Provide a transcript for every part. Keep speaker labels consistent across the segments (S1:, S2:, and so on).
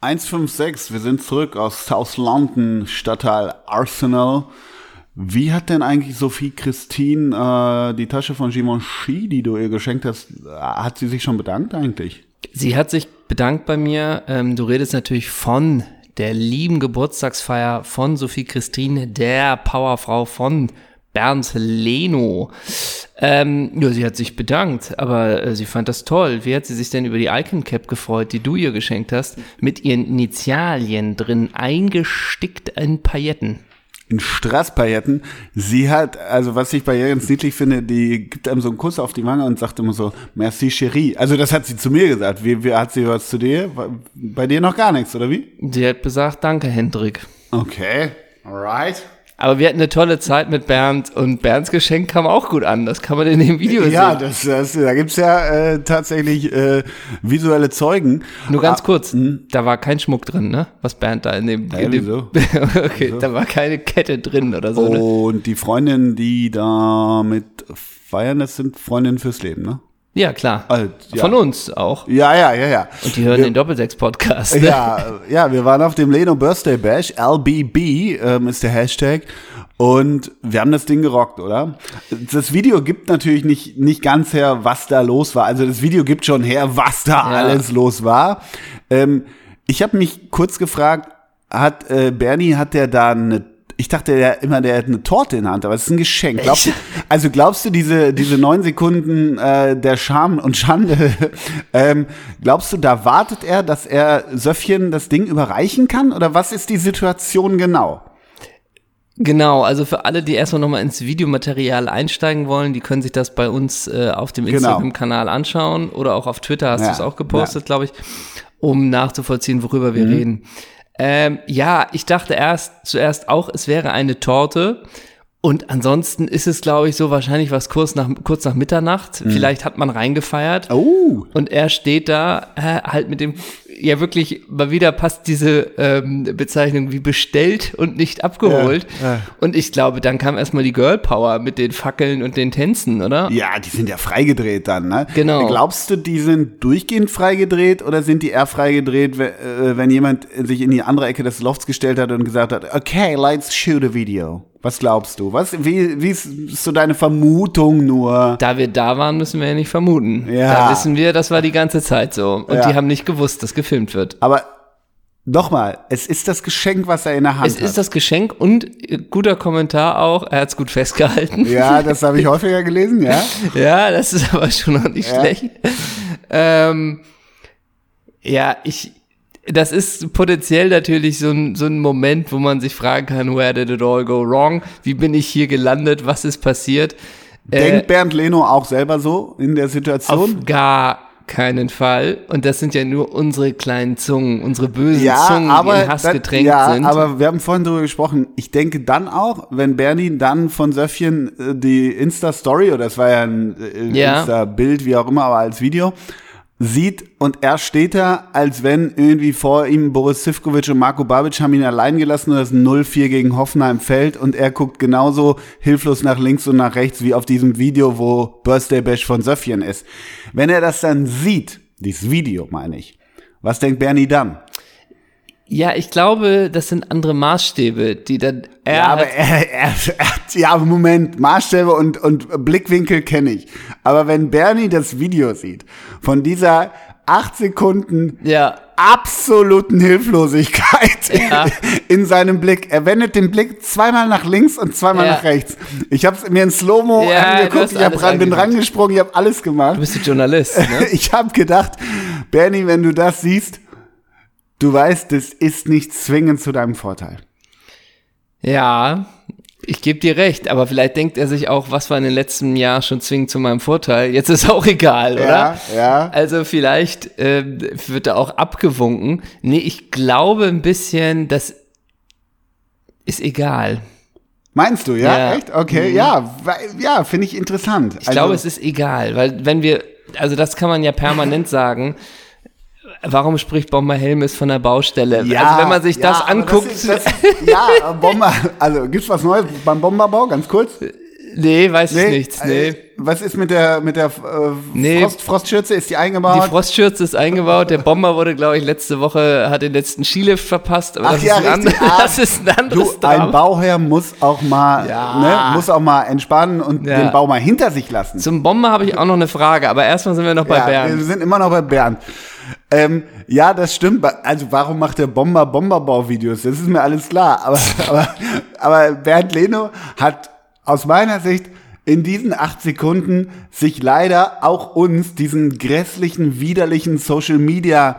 S1: 156, wir sind zurück aus South London, Stadtteil Arsenal. Wie hat denn eigentlich Sophie Christine äh, die Tasche von Givenchy, die du ihr geschenkt hast, äh, hat sie sich schon bedankt eigentlich?
S2: Sie hat sich bedankt bei mir. Ähm, du redest natürlich von der lieben Geburtstagsfeier von Sophie Christine, der Powerfrau von Bernd Leno. Ähm, ja, sie hat sich bedankt, aber äh, sie fand das toll. Wie hat sie sich denn über die Icon Cap gefreut, die du ihr geschenkt hast, mit ihren Initialien drin, eingestickt in Pailletten?
S1: in Strasspailletten. Sie hat, also was ich bei ihr ganz niedlich finde, die gibt einem so einen Kuss auf die Wange und sagt immer so, merci chérie. Also das hat sie zu mir gesagt. Wie, wie hat sie was zu dir? Bei dir noch gar nichts, oder wie?
S2: Sie hat gesagt, danke, Hendrik.
S1: Okay, alright.
S2: Aber wir hatten eine tolle Zeit mit Bernd und Bernds Geschenk kam auch gut an. Das kann man in dem Video
S1: Ja,
S2: sehen.
S1: das, das, da gibt's ja äh, tatsächlich äh, visuelle Zeugen.
S2: Nur
S1: Ah,
S2: ganz kurz, da war kein Schmuck drin, ne? Was Bernd da in dem.
S1: Hä,
S2: in dem
S1: hm. wieso? Oh.
S2: okay, da war keine Kette drin oder so. Ne?
S1: Ah, Und die Freundinnen, die da mit feiern, das sind Freundinnen fürs Leben, ne?
S2: Ja, klar.
S1: Äh, ja.
S2: Von uns auch.
S1: Ja, ja, ja, ja.
S2: Und die hören den Doppelsechs-Podcast. Ne?
S1: Ja, ja, wir waren auf dem Leno Birthday Bash. LBB ähm, ist der Hashtag. Und wir haben das Ding gerockt, oder? Das Video gibt natürlich nicht, nicht ganz her, was da los war. Also das Video gibt schon her, was da
S2: Ja.
S1: alles los war. Ähm, ich habe mich kurz gefragt, hat äh, Bernie, hat der da eine, ich dachte ja immer, der hätte eine Torte in der Hand, aber es ist ein Geschenk. Glaubst, du- also glaubst du, diese, diese neun Sekunden äh, der Scham und Schande, ähm, glaubst du, da wartet er, dass er Söffchen das Ding überreichen kann? Oder was ist die Situation genau?
S2: Genau, also für alle, die erstmal nochmal ins Videomaterial einsteigen wollen, die können sich das bei uns äh, auf dem
S1: Genau.
S2: Instagram-Kanal anschauen oder auch auf Twitter hast
S1: Ja,
S2: du es auch gepostet, glaube ich, um nachzuvollziehen, worüber wir reden. Ähm, ja, ich dachte erst zuerst auch, es wäre eine Torte. Und ansonsten ist es, glaube ich, so wahrscheinlich was kurz nach, kurz nach Mitternacht. Vielleicht hat man reingefeiert.
S1: Oh.
S2: Und er steht da äh, halt mit dem, ja wirklich, mal wieder passt diese ähm, Bezeichnung wie bestellt und nicht abgeholt.
S1: Ja, ja.
S2: Und ich glaube, dann kam erstmal die Girl Power mit den Fackeln und den Tänzen, oder?
S1: Ja, die sind ja freigedreht dann, ne?
S2: Genau.
S1: Glaubst du, die sind durchgehend freigedreht oder sind die eher freigedreht, we- äh, wenn jemand sich in die andere Ecke des Lofts gestellt hat und gesagt hat, okay, let's shoot a video? Was glaubst du? Was, wie, wie ist ist so deine Vermutung nur?
S2: Da wir da waren, müssen wir ja nicht vermuten.
S1: Ja.
S2: Da wissen wir, das war die ganze Zeit so. Und
S1: Ja.
S2: die haben nicht gewusst, dass gefilmt wird.
S1: Aber nochmal, es ist das Geschenk, was er in der Hand
S2: Es
S1: hat.
S2: ist das Geschenk und äh, guter Kommentar auch, er hat es gut festgehalten.
S1: ja, das habe ich häufiger gelesen, ja.
S2: Ja, das ist aber schon noch nicht
S1: Ja.
S2: schlecht. Ähm, ja, ich, das ist potenziell natürlich so ein, so ein Moment, wo man sich fragen kann, where did it all go wrong? Wie bin ich hier gelandet? Was ist passiert? Äh,
S1: Denkt Bernd Leno auch selber so in der Situation?
S2: Auf gar keinen Fall. Und das sind ja nur unsere kleinen Zungen, unsere bösen
S1: ja,
S2: Zungen,
S1: aber
S2: die in Hass
S1: dann-
S2: getränkt
S1: ja,
S2: sind.
S1: aber wir haben vorhin darüber gesprochen. Ich denke dann auch, wenn Bernie dann von Söffchen äh, die Insta-Story, oder es war ja ein äh,
S2: Ja.
S1: Insta-Bild, wie auch immer, aber als Video, sieht und er steht da, als wenn irgendwie vor ihm Boris Sivkovic und Marco Babic haben ihn allein gelassen und das 0-4 gegen Hoffenheim fällt und er guckt genauso hilflos nach links und nach rechts wie auf diesem Video, wo Birthday Bash von Söffchen ist. Wenn er das dann sieht, dieses Video meine ich, was denkt Bernie dann?
S2: ja, ich glaube, das sind andere Maßstäbe, die dann er
S1: Ja, aber
S2: hat-
S1: er, er, er, ja, aber Moment, Maßstäbe und, und Blickwinkel kenne ich. Aber wenn Bernie das Video sieht, von dieser acht Sekunden
S2: ja,
S1: absoluten Hilflosigkeit
S2: Ja.
S1: in seinem Blick, er wendet den Blick zweimal nach links und zweimal
S2: Ja.
S1: nach rechts. Ich habe es mir in Slow-Mo
S2: Ja, du
S1: angeguckt,
S2: hast
S1: ich hab
S2: alles
S1: ran, bin
S2: angeguckt.
S1: rangesprungen, ich habe alles gemacht.
S2: du bist ein Journalist, ne?
S1: Ich habe gedacht, Bernie, wenn du das siehst, du weißt, das ist nicht zwingend zu deinem Vorteil.
S2: Ja, ich geb dir recht, aber vielleicht denkt er sich auch, was war in den letzten Jahren schon zwingend zu meinem Vorteil. Jetzt ist auch egal, oder?
S1: Ja, ja.
S2: Also vielleicht ähm, wird er auch abgewunken. Nee, ich glaube ein bisschen, das ist egal.
S1: Meinst du, ja?
S2: Ja. Mhm.
S1: Echt? Okay, ja, wei- ja, finde ich interessant. Also,
S2: Ich glaube, es ist egal, weil wenn wir, also das kann man ja permanent sagen. Warum spricht Bomber Helmes von der Baustelle? also wenn man sich
S1: ja,
S2: das
S1: aber
S2: anguckt,
S1: ist- das ist, ja, Bomber, also gibt's was Neues beim Bomberbau, ganz kurz?
S2: Nee, weiß ich nicht. Nee.
S1: äh, Was ist mit der, mit der äh,
S2: Nee.
S1: Frost, Frostschürze? Ist die
S2: Die
S1: eingebaut?
S2: Frostschürze ist eingebaut. Der Bomber wurde, glaube ich, letzte Woche, hat den letzten Skilift verpasst. Aber
S1: Ach
S2: das,
S1: ja,
S2: ist ein
S1: richtig.
S2: ander-
S1: Ah,
S2: das ist ein
S1: Du,
S2: anderes
S1: ein
S2: Drama.
S1: Bauherr muss auch mal,
S2: Ja.
S1: ne, muss auch mal entspannen und
S2: Ja.
S1: den Bau mal hinter sich lassen.
S2: Zum Bomber habe ich auch noch eine Frage, aber erstmal sind wir noch bei
S1: ja, Wir
S2: Bern.
S1: sind immer noch bei Bernd. Ähm, ja, das stimmt. Also warum macht der Bomber Bomberbau-Videos? Das ist mir alles klar. Aber, aber, aber Bernd Leno hat aus meiner Sicht in diesen acht Sekunden sich leider auch uns, diesen grässlichen, widerlichen Social Media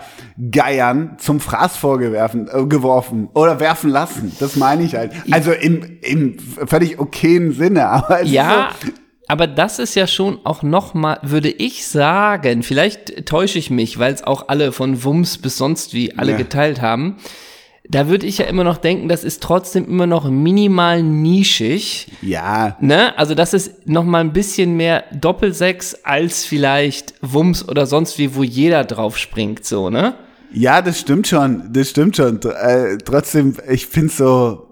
S1: Geiern zum Fraß vorgeworfen, äh, geworfen oder werfen lassen. Das meine ich halt. Also im, im völlig okayen Sinne. Aber es ist
S2: Ja,
S1: so,
S2: aber das ist ja schon auch nochmal, würde ich sagen, vielleicht täusche ich mich, weil es auch alle von Wums bis sonst wie alle
S1: Ja.
S2: geteilt haben. Da würde ich ja immer noch denken, das ist trotzdem immer noch minimal nischig.
S1: ja,
S2: Ne? Also das ist noch mal ein bisschen mehr Doppelsechs als vielleicht Wums oder sonst wie, wo jeder drauf springt, so, ne?
S1: Ja, das stimmt schon, das stimmt schon. Tr- Äh, trotzdem, ich find's so,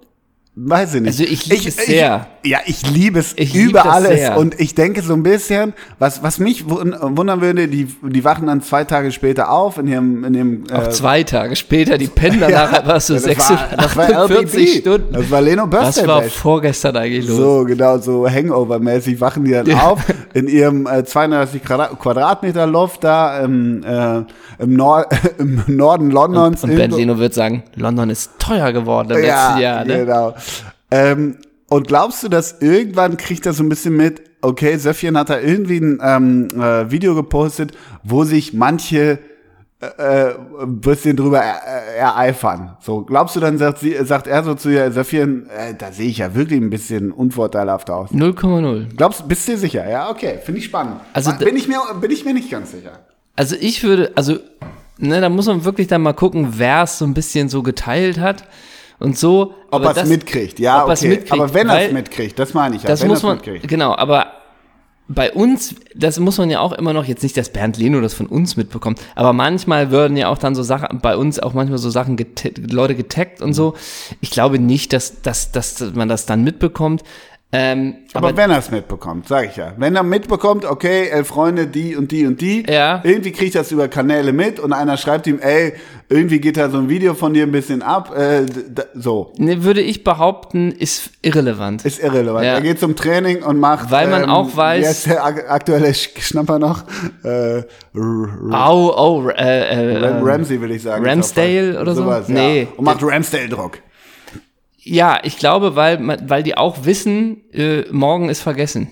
S1: weiß ich nicht.
S2: Also ich lieb es sehr.
S1: Ich, ja, ich liebe es
S2: Ich lieb
S1: über
S2: das
S1: alles.
S2: sehr.
S1: Und ich denke so ein bisschen, was, was mich wun- wundern würde, die, die wachen dann zwei Tage später auf in ihrem, in ihrem äh,
S2: Auch zwei Tage später, die Pendler nachher warst du
S1: das war- das war
S2: 46
S1: LBB.
S2: Stunden.
S1: Das war Leno Birthday
S2: Was war
S1: Bash.
S2: vorgestern eigentlich los?
S1: So, genau, so Hangover-mäßig wachen die dann auf in ihrem äh, 32 Quadra- Quadratmeter Loft da im, äh, im, Nor im Norden Londons.
S2: Und
S1: in-
S2: Ben Leno wird sagen, London ist teuer geworden im letzten Jahr. Ne?
S1: Genau. Ähm, und glaubst du, dass irgendwann kriegt er so ein bisschen mit, okay, Söffchen hat da irgendwie ein ähm, äh, Video gepostet, wo sich manche äh, ein bisschen drüber äh, ereifern. So, glaubst du, dann sagt, sie, sagt er so zu ihr, Söffchen, äh, da sehe ich ja wirklich ein bisschen unvorteilhaft aus.
S2: 0,0.
S1: Glaubst, bist du sicher? Ja, okay, finde ich spannend.
S2: Also d-
S1: bin ich mir, bin ich mir nicht ganz sicher.
S2: Also ich würde, also, ne, da muss man wirklich dann mal gucken, wer es so ein bisschen so geteilt hat und so.
S1: Ob
S2: Aber
S1: er es
S2: das-
S1: mitkriegt, ja,
S2: ob er's
S1: okay.
S2: mitkriegt,
S1: aber wenn er
S2: weil-
S1: es mitkriegt, das meine ich ja.
S2: Das
S1: wenn
S2: muss
S1: er's
S2: man,
S1: mitkriegt.
S2: genau, aber bei uns, das muss man ja auch immer noch, jetzt nicht, dass Bernd Leno das von uns mitbekommt, aber manchmal würden ja auch dann so Sachen, bei uns auch manchmal so Sachen, geta- Leute getaggt und so. Ich glaube nicht, dass, dass, dass man das dann mitbekommt. Ähm,
S1: Aber,
S2: aber,
S1: wenn er es mitbekommt, sage ich ja. Wenn er mitbekommt, okay, äh, Freunde, die und die und die,
S2: Ja.
S1: irgendwie kriegt er das über Kanäle mit und einer schreibt ihm, ey, irgendwie geht da so ein Video von dir ein bisschen ab, äh, d- d- so.
S2: ne, würde ich behaupten, ist irrelevant.
S1: Ist irrelevant.
S2: Ja.
S1: Er geht zum Training und macht.
S2: Weil man auch weiß-
S1: Wer ist der ak- aktuelle Sch- Schnapper noch? Äh, R- R-
S2: Au, au, äh, äh,
S1: Ram- Ramsey, will ich sagen.
S2: Ramsdale oder so?
S1: Sowas,
S2: Nee.
S1: Ja. Und macht Ramsdale-Druck.
S2: ja, ich glaube, weil, man- weil die auch wissen, äh, morgen ist vergessen.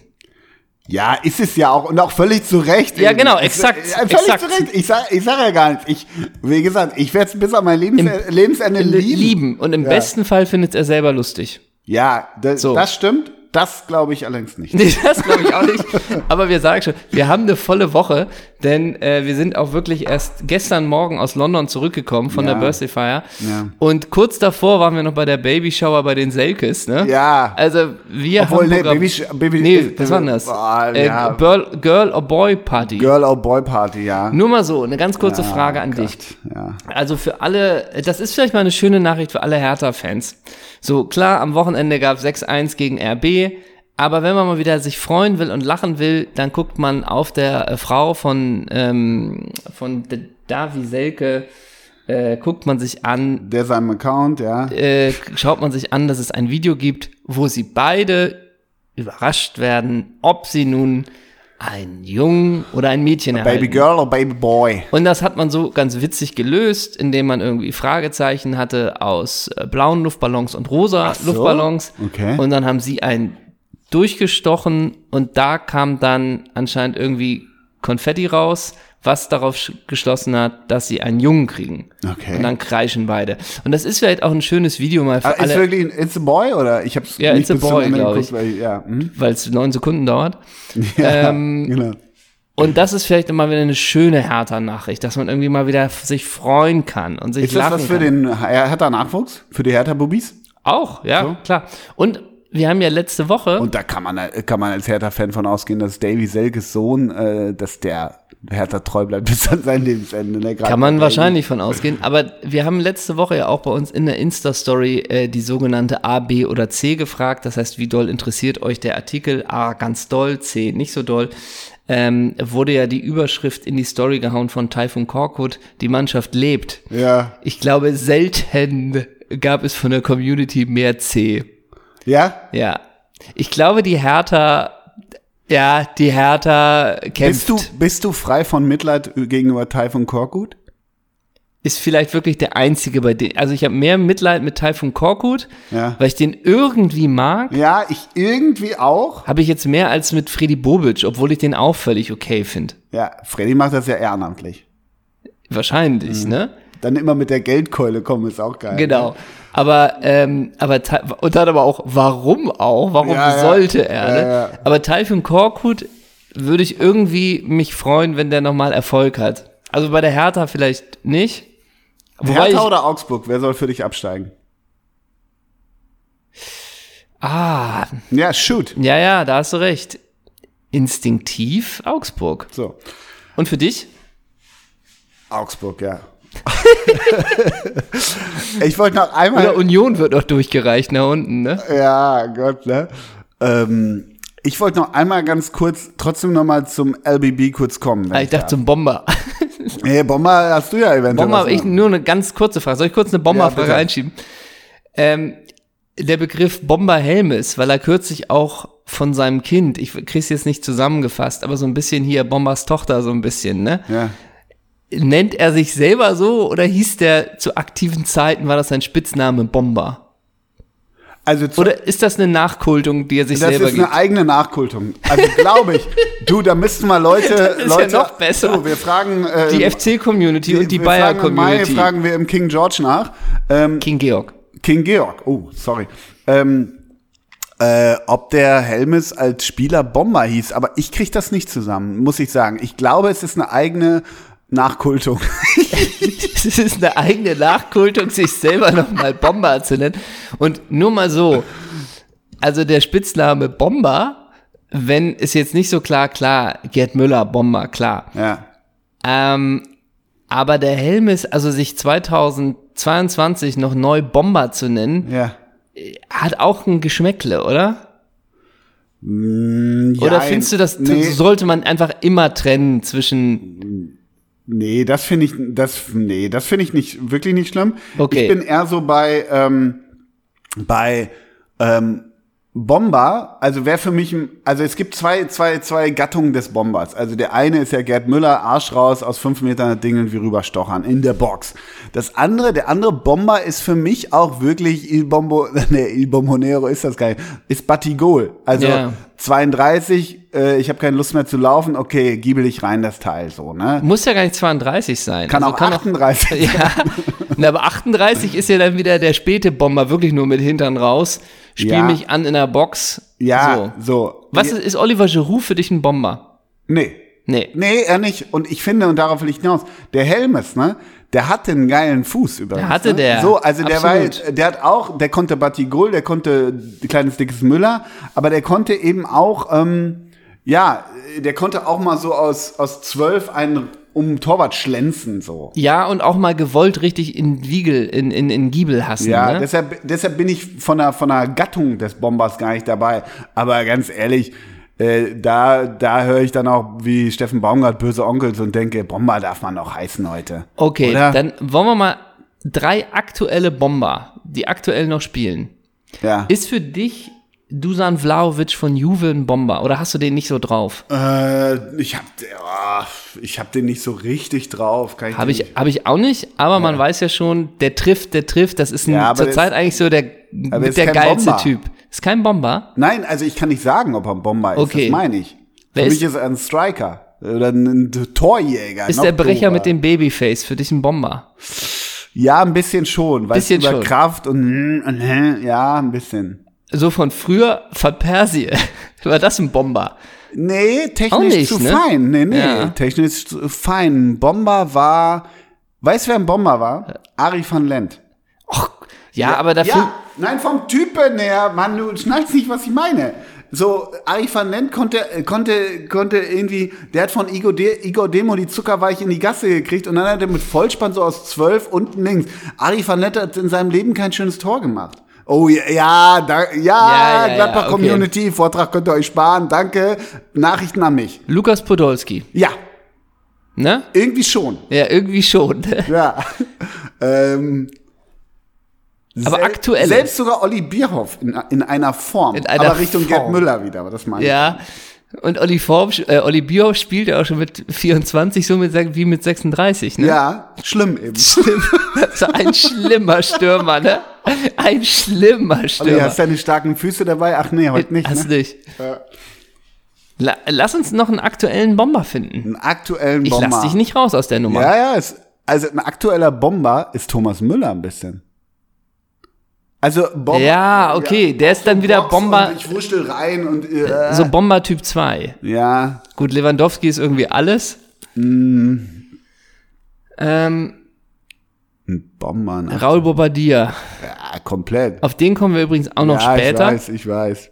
S1: Ja, ist es ja auch und auch völlig zu Recht.
S2: Ja,
S1: eben.
S2: genau,
S1: Es-
S2: exakt,
S1: äh, Völlig
S2: exakt.
S1: zu Recht. Ich sag, ich sag ja gar nichts. Ich, wie gesagt, ich werde es bis an mein Lebens Lebensende lieben.
S2: Lieben. Und im
S1: Ja.
S2: besten Fall findet er selber lustig.
S1: Ja, das,
S2: So.
S1: das stimmt. Das glaube ich allerdings nicht.
S2: Nee, das glaube ich auch nicht. Aber wir sagen schon, wir haben eine volle Woche, denn äh, wir sind auch wirklich erst gestern Morgen aus London zurückgekommen von
S1: Ja.
S2: der Birthday Fire.
S1: Ja.
S2: Und kurz davor waren wir noch bei der Baby Shower bei den Selkes, ne?
S1: Ja.
S2: Also wir
S1: Obwohl, nee,
S2: Hamburger-
S1: Baby- Baby-
S2: nee, was war denn das?
S1: Ah,
S2: äh,
S1: ja.
S2: Girl, Girl or Boy Party.
S1: Girl or Boy Party, ja.
S2: Nur mal so, eine ganz kurze Frage an dich.
S1: oh ja.
S2: Also für alle, das ist vielleicht mal eine schöne Nachricht für alle Hertha-Fans. So, klar, am Wochenende gab es 6-1 gegen RB, aber wenn man mal wieder sich freuen will und lachen will, dann guckt man auf der äh, Frau von, ähm, von D- Davi Selke, äh, guckt man sich an,
S1: Der seinem Account, ja.
S2: äh, schaut man sich an, dass es ein Video gibt, wo sie beide überrascht werden, ob sie nun einen Jungen oder ein Mädchen erhalten.
S1: Baby Girl or Baby Boy.
S2: Und das hat man so ganz witzig gelöst, indem man irgendwie Fragezeichen hatte aus äh, blauen Luftballons und rosa
S1: so,
S2: Luftballons.
S1: okay.
S2: Und dann haben sie einen durchgestochen und da kam dann anscheinend irgendwie Konfetti raus, was darauf sch- geschlossen hat, dass sie einen Jungen kriegen.
S1: Okay.
S2: Und dann kreischen beide. Und das ist vielleicht auch ein schönes Video mal
S1: Ah,
S2: für
S1: ist
S2: alle,
S1: wirklich ein It's a Boy oder? Ich hab's
S2: Ja,
S1: nicht
S2: It's a
S1: bis zum
S2: Boy,
S1: Ende
S2: glaub
S1: geguckt,
S2: ich.
S1: Weil, ja, hm?
S2: weil es neun Sekunden dauert.
S1: ja
S2: Ähm,
S1: genau.
S2: Und das ist vielleicht mal wieder eine schöne härter Nachricht, dass man irgendwie mal wieder f- sich freuen kann und sich
S1: Ist das
S2: lachen
S1: was für
S2: kann.
S1: den Hertha-Nachwuchs? Für die Hertha-Bubis?
S2: Auch, ja, klar. Und wir haben ja letzte Woche,
S1: Und da kann man, kann man als Hertha-Fan von ausgehen, dass Davy Selkes Sohn, äh, dass der Hertha treu bleibt bis an sein Lebensende. Ne? Gerade
S2: Kann man
S1: bei-
S2: wahrscheinlich von ausgehen. Aber wir haben letzte Woche ja auch bei uns in der Insta-Story äh, die sogenannte A, B oder C gefragt. Das heißt, wie doll interessiert euch der Artikel? A, ganz doll, C, nicht so doll. Ähm, wurde ja die Überschrift in die Story gehauen von Taifun Korkut, die Mannschaft lebt.
S1: Ja.
S2: Ich glaube, selten gab es von der Community mehr C.
S1: Ja?
S2: Ja. Ich glaube, die Hertha, ja, die Hertha kämpft.
S1: Bist du, bist du frei von Mitleid gegenüber Taifun Korkut?
S2: ist vielleicht wirklich der einzige bei dem. Also ich habe mehr Mitleid mit Taifun Korkut,
S1: Ja.
S2: weil ich den irgendwie mag.
S1: Ja, ich irgendwie auch.
S2: Habe ich jetzt mehr als mit Freddy Bobic, obwohl ich den auch völlig okay finde.
S1: Ja, Freddy macht das ja ehrenamtlich.
S2: Wahrscheinlich,
S1: Mhm.
S2: ne?
S1: Dann immer mit der Geldkeule kommen, ist auch geil. ne?
S2: Genau. Aber, ähm, aber, Ta- und dann aber auch, warum auch? Warum
S1: Ja, ja.
S2: sollte er, ne?
S1: Ja, ja.
S2: Aber Taifun Korkut würde ich irgendwie mich freuen, wenn der nochmal Erfolg hat. Also bei der Hertha vielleicht nicht.
S1: Ne?
S2: Wobei
S1: Hertha
S2: ich,
S1: oder Augsburg, wer soll für dich absteigen?
S2: ah,
S1: Ja, shoot.
S2: ja, ja, da hast du recht. Instinktiv Augsburg.
S1: So,
S2: Und für dich?
S1: Augsburg, ja. ich wollte noch einmal.
S2: Oder Union wird noch durchgereicht nach unten, ne?
S1: Ja, Gott, ne? Ähm, ich wollte noch einmal ganz kurz, trotzdem noch mal zum LBB kurz kommen. wenn
S2: Ah, ich dachte
S1: darf.
S2: zum Bomber.
S1: hey, Bomber hast du ja eventuell.
S2: Bomber,
S1: was
S2: ich
S1: noch.
S2: nur eine ganz kurze Frage. Soll ich kurz eine
S1: Ja,
S2: Bomberfrage
S1: bitte.
S2: einschieben? Ähm, der Begriff Bomberhelmes, weil er kürzlich auch von seinem Kind, ich krieg's jetzt nicht zusammengefasst, aber so ein bisschen hier Bombers Tochter, so ein bisschen, ne?
S1: ja.
S2: Nennt er sich selber so oder hieß der zu aktiven Zeiten, war das sein Spitzname Bomber?
S1: Also zu,
S2: Oder ist das eine Nachkultung, die er sich
S1: das ist
S2: selber
S1: eine
S2: gibt?
S1: eigene Nachkultung. Also glaube ich. du, da müssten mal Leute,
S2: Das ist ja
S1: Leute,
S2: noch besser.
S1: Du, wir fragen äh,
S2: Die FC-Community und die
S1: wir fragen im
S2: Bayer-Community.
S1: Mai fragen wir im King George nach. Ähm,
S2: King Georg.
S1: King Georg, oh, sorry. Ähm, äh, ob der Helmes als Spieler Bomber hieß, aber ich krieg das nicht zusammen, muss ich sagen. Ich glaube, es ist eine eigene Nachkultung.
S2: Es ist eine eigene Nachkultung, sich selber nochmal Bomber zu nennen. Und nur mal so, also der Spitzname Bomber, wenn ist jetzt nicht so klar, klar, Gerd Müller, Bomber, klar.
S1: ja.
S2: Ähm, aber der Helm ist, also sich 2022 noch neu Bomber zu nennen,
S1: Ja.
S2: hat auch ein Geschmäckle, oder? Oder findest du das,
S1: Nee,
S2: sollte man einfach immer trennen zwischen,
S1: nee das finde ich, das, nee, das finde ich nicht, wirklich nicht schlimm.
S2: Okay.
S1: Ich bin eher so bei, ähm, bei, ähm, Bomber, also wäre für mich, ein- also es gibt zwei, zwei, zwei Gattungen des Bombers. Also der eine ist ja Gerd Müller, Arsch raus, aus fünf Metern das Ding irgendwie rüberstochern, in der Box. Das andere, der andere Bomber ist für mich auch wirklich Il Bombo, nee, Il Bombonero ist das geil, ist Batigol. Also
S2: Ja.
S1: 32, äh, ich habe keine Lust mehr zu laufen, okay, giebel ich rein das Teil, so, ne?
S2: muss ja gar nicht 32 sein.
S1: Kann
S2: Also
S1: auch 38
S2: Ja, na, aber 38 ist ja dann wieder der späte Bomber, wirklich nur mit Hintern raus. Spiel
S1: Ja.
S2: mich an in der Box.
S1: Ja,
S2: So.
S1: so.
S2: Was
S1: Ja,
S2: ist, ist Oliver Giroud für dich ein Bomber?
S1: Nee.
S2: Nee.
S1: Nee, er nicht. Und ich finde, und darauf will ich hinaus, der Helmes, ne? Der hatte einen geilen Fuß übrigens.
S2: Der hatte
S1: ne?
S2: der.
S1: So, also der
S2: Absolut.
S1: war, der hat auch, der konnte Batigol, der konnte kleines dickes Müller, aber der konnte eben auch, ähm, ja, der konnte auch mal so aus, aus zwölf einen um den Torwart schlänzen, so.
S2: Ja, und auch mal gewollt richtig in Wiegel, in, in, in Giebel hassen.
S1: Ja,
S2: ne?
S1: deshalb, deshalb bin ich von der, von der Gattung des Bombers gar nicht dabei. Aber ganz ehrlich, äh, da, da höre ich dann auch wie Steffen Baumgart böse Onkels und denke, Bomber darf man auch heißen heute.
S2: Okay,
S1: Oder?
S2: dann wollen wir mal drei aktuelle Bomber, die aktuell noch spielen.
S1: ja.
S2: Ist für dich Dusan Vlahovic von Juve ein Bomber oder hast du den nicht so drauf?
S1: Äh, ich hab, oh, ich hab den nicht so richtig drauf. Kann ich dir
S2: Habe ich,
S1: nicht-
S2: hab ich auch nicht, aber man weiß ja schon, der trifft, der trifft, das ist ein,
S1: Ja, aber der
S2: zurzeit eigentlich so der,
S1: ist
S2: mit der
S1: kein
S2: geilste
S1: Bomber.
S2: Typ. Ist kein Bomber.
S1: Nein, also ich kann nicht sagen, ob er ein Bomber ist.
S2: Okay.
S1: Das meine ich.
S2: Wer
S1: Für
S2: ist-
S1: mich ist er ein Striker oder ein Torjäger.
S2: Ist
S1: noch
S2: der Brecher
S1: doofer.
S2: mit dem Babyface für dich ein Bomber?
S1: Ja, ein bisschen schon. Weil
S2: Bisschen
S1: es über
S2: schon.
S1: Kraft und, hm und hm, ja, ein bisschen.
S2: So von früher, Van Persie. War das ein Bomber?
S1: Nee,
S2: Auch
S1: technisch
S2: nicht,
S1: zu
S2: ne?
S1: fein. Nee, nee,
S2: Ja.
S1: technisch zu fein. Ein Bomber war, weißt du, wer ein Bomber war? Ari van Lent.
S2: Och, ja, aber dafür,
S1: Ja, nein, vom Typen her, Mann, du schnallst nicht, was ich meine. So, Arif van Lent konnte, äh, konnte, konnte irgendwie, der hat von Igor, De, Igor Demo die Zuckerweiche in die Gasse gekriegt und dann hat er mit Vollspann so aus zwölf unten links. Arif van Lent hat in seinem Leben kein schönes Tor gemacht. Oh ja, ja, da, ja,
S2: Ja, ja,
S1: Gladbach
S2: ja, okay.
S1: Community, Vortrag könnt ihr euch sparen, danke. Nachrichten an mich.
S2: Lukas Podolski,
S1: Ja,
S2: ne?
S1: irgendwie schon.
S2: Ja, irgendwie schon.
S1: Ja. ähm,
S2: Aber
S1: sel-
S2: aktuell.
S1: Selbst sogar Olli Bierhoff in, in einer Form.
S2: In einer
S1: aber Richtung
S2: Form.
S1: Gerd Müller wieder, aber das meine ich.
S2: Ja. Und Olli, Form, äh, Olli Bierhoff spielt ja auch schon mit 24, so mit, sech- wie mit 36, ne?
S1: Ja, schlimm eben.
S2: Schlimm. So ein schlimmer Stürmer, ne? Ein schlimmer
S1: Olli,
S2: Stürmer.
S1: hast deine starken Füße dabei? Ach nee, heute nicht.
S2: Äh, Hast
S1: Ne?
S2: du nicht.
S1: Ja.
S2: La lass uns noch einen aktuellen Bomber finden.
S1: Einen aktuellen
S2: Ich
S1: Bomber.
S2: lass dich nicht raus aus der Nummer.
S1: Ja, ja, ist, also ein aktueller Bomber ist Thomas Müller ein bisschen. Also Bomber.
S2: Ja, okay, der ist dann wieder
S1: Box
S2: Bomber,
S1: und Ich wurschtel rein und äh,
S2: so Bomber Typ 2.
S1: ja,
S2: Gut, Lewandowski ist irgendwie alles.
S1: Mhm.
S2: Ähm,
S1: ein Bomber. Ne?
S2: Raul Bobadilla.
S1: Ja, komplett.
S2: Auf den kommen wir übrigens auch noch
S1: ja,
S2: später.
S1: ich weiß, ich weiß.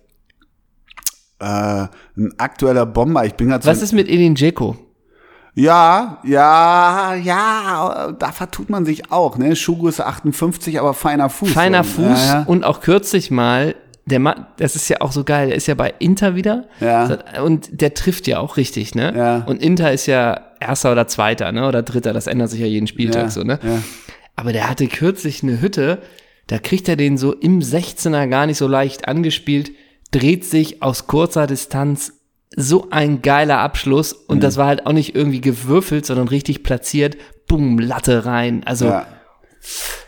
S1: Äh, ein aktueller Bomber. Ich bin gerade so.
S2: Was ist mit Edin Dzeko?
S1: Ja, ja, ja, da vertut man sich auch, ne? Schuhgröße 58, aber feiner Fuß.
S2: Feiner
S1: So,
S2: Fuß
S1: Ja, ja.
S2: und auch kürzlich mal, der Mann, das ist ja auch so geil, der ist ja bei Inter wieder
S1: Ja.
S2: und der trifft ja auch richtig, ne?
S1: Ja.
S2: Und Inter ist ja Erster oder Zweiter, ne? Oder Dritter, das ändert sich ja jeden Spieltag
S1: Ja,
S2: so, ne?
S1: ja.
S2: Aber der hatte kürzlich eine Hütte, da kriegt er den so im 16er gar nicht so leicht angespielt, dreht sich aus kurzer Distanz so ein geiler Abschluss
S1: Mhm.
S2: und das war halt auch nicht irgendwie gewürfelt, sondern richtig platziert, bumm, Latte rein. Also
S1: ja.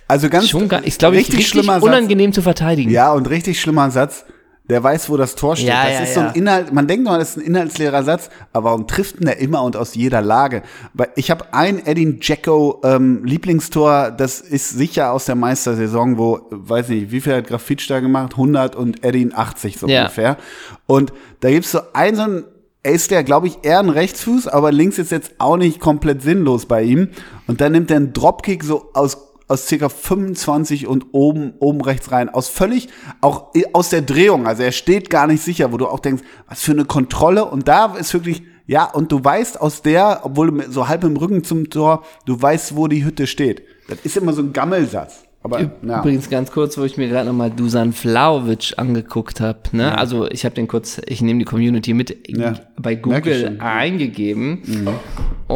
S1: Also ganz
S2: schon gar, ich glaube,
S1: richtig,
S2: richtig, richtig
S1: schlimmer Satz.
S2: unangenehm zu verteidigen.
S1: Ja, und richtig schlimmer Satz. Der weiß, wo das Tor steht.
S2: Ja,
S1: das
S2: ja,
S1: ist so ein
S2: ja.
S1: Inhalt, man denkt mal, das ist ein inhaltsleerer Satz, aber warum trifft denn der immer und aus jeder Lage? Weil ich habe ein Edin Dzeko ähm, Lieblingstor, das ist sicher aus der Meistersaison, wo, äh, weiß nicht, wie viel hat Grafitsch da gemacht? 100 und Edin 80 so
S2: Ja.
S1: ungefähr. Und da gibt's so einen, so einen er ist der, glaube ich, eher ein Rechtsfuß, aber links ist jetzt auch nicht komplett sinnlos bei ihm. Und dann nimmt er einen Dropkick so aus, aus circa 25 und oben, oben rechts rein. Aus völlig, auch i- aus der Drehung. Also er steht gar nicht sicher, wo du auch denkst, was für eine Kontrolle. Und da ist wirklich, ja, und du weißt aus der, obwohl du mit- so halb im Rücken zum Tor, du weißt, wo die Hütte steht. Das ist immer so ein Gammelsatz. Aber, ja.
S2: Übrigens ganz kurz, wo ich mir gerade nochmal Dusan Vlaovic angeguckt habe. Ne? Also ich habe den kurz, ich nehme die Community mit
S1: Ja. Merke
S2: bei
S1: ich
S2: Google
S1: schon. Mhm.
S2: eingegeben.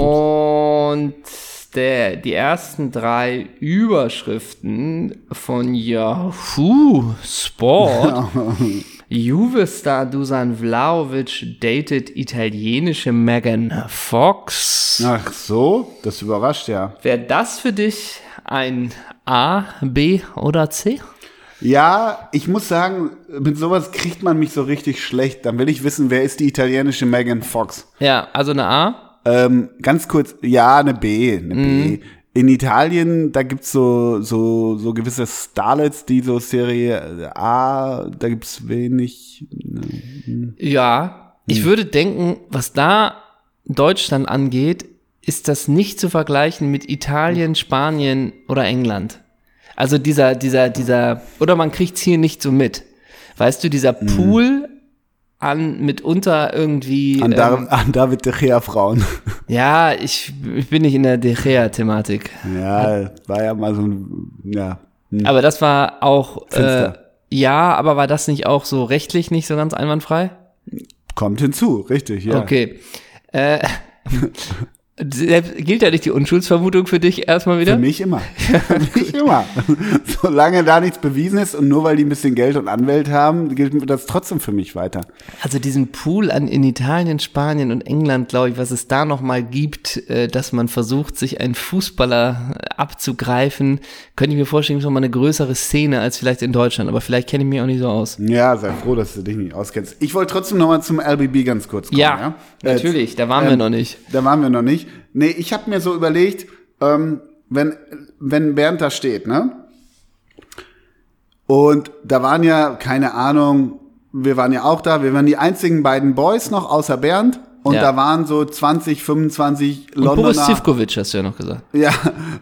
S2: Und der, die ersten drei Überschriften von Yahoo Sport. Juve-Star Dusan Vlaovic datet italienische Megan Fox.
S1: Ach so, das überrascht ja.
S2: Wäre das für dich ein A, B oder C?
S1: Ja, ich muss sagen, mit sowas kriegt man mich so richtig schlecht. Dann will ich wissen, wer ist die italienische Megan Fox?
S2: Ja, also eine A.
S1: Ähm, ganz kurz, ja, eine B, eine B. In Italien, da gibt's so, so, so gewisse Starlets, die so Serie äh, A, da gibt's wenig.
S2: Ja.
S1: Hm.
S2: Ich würde denken, was da Deutschland angeht, ist das nicht zu vergleichen mit Italien, Spanien oder England. Also dieser, dieser, dieser, oder man kriegt's hier nicht so mit. Weißt du, dieser
S1: Hm.
S2: Pool an mitunter irgendwie.
S1: An, Dar
S2: ähm,
S1: an David de Gea Frauen.
S2: ja, ich, ich bin nicht in der De Gea-Thematik.
S1: ja, war ja mal so ein, ja. Hm.
S2: Aber das war auch. Äh,
S1: Finster.
S2: ja, aber war das nicht auch so rechtlich nicht so ganz einwandfrei?
S1: Kommt hinzu, richtig, ja.
S2: Okay. Äh, selbst- gilt ja nicht die Unschuldsvermutung für dich erstmal wieder?
S1: Für mich immer. Für mich immer. Solange da nichts bewiesen ist und nur weil die ein bisschen Geld und Anwält haben, gilt das trotzdem für mich weiter.
S2: Also diesen Pool an, in Italien, Spanien und England, glaube ich, was es da nochmal gibt, äh, dass man versucht, sich einen Fußballer äh, abzugreifen, könnte ich mir vorstellen, ist nochmal eine größere Szene als vielleicht in Deutschland. Aber vielleicht kenne ich mich auch nicht so aus.
S1: Ja, sei froh, dass du dich nicht auskennst. Ich wollte trotzdem nochmal zum LBB ganz kurz kommen. Ja,
S2: ja, natürlich, da waren wir
S1: ähm,
S2: noch nicht.
S1: Da waren wir noch nicht. Nee, ich habe mir so überlegt, ähm, wenn, wenn Bernd da steht, ne? Und da waren ja, keine Ahnung, wir waren ja auch da, wir waren die einzigen beiden Boys noch, außer Bernd. Und
S2: Ja.
S1: da waren so 20, 25
S2: Und
S1: Londoner.
S2: Boris Zivkovic hast du ja noch gesagt.
S1: Ja,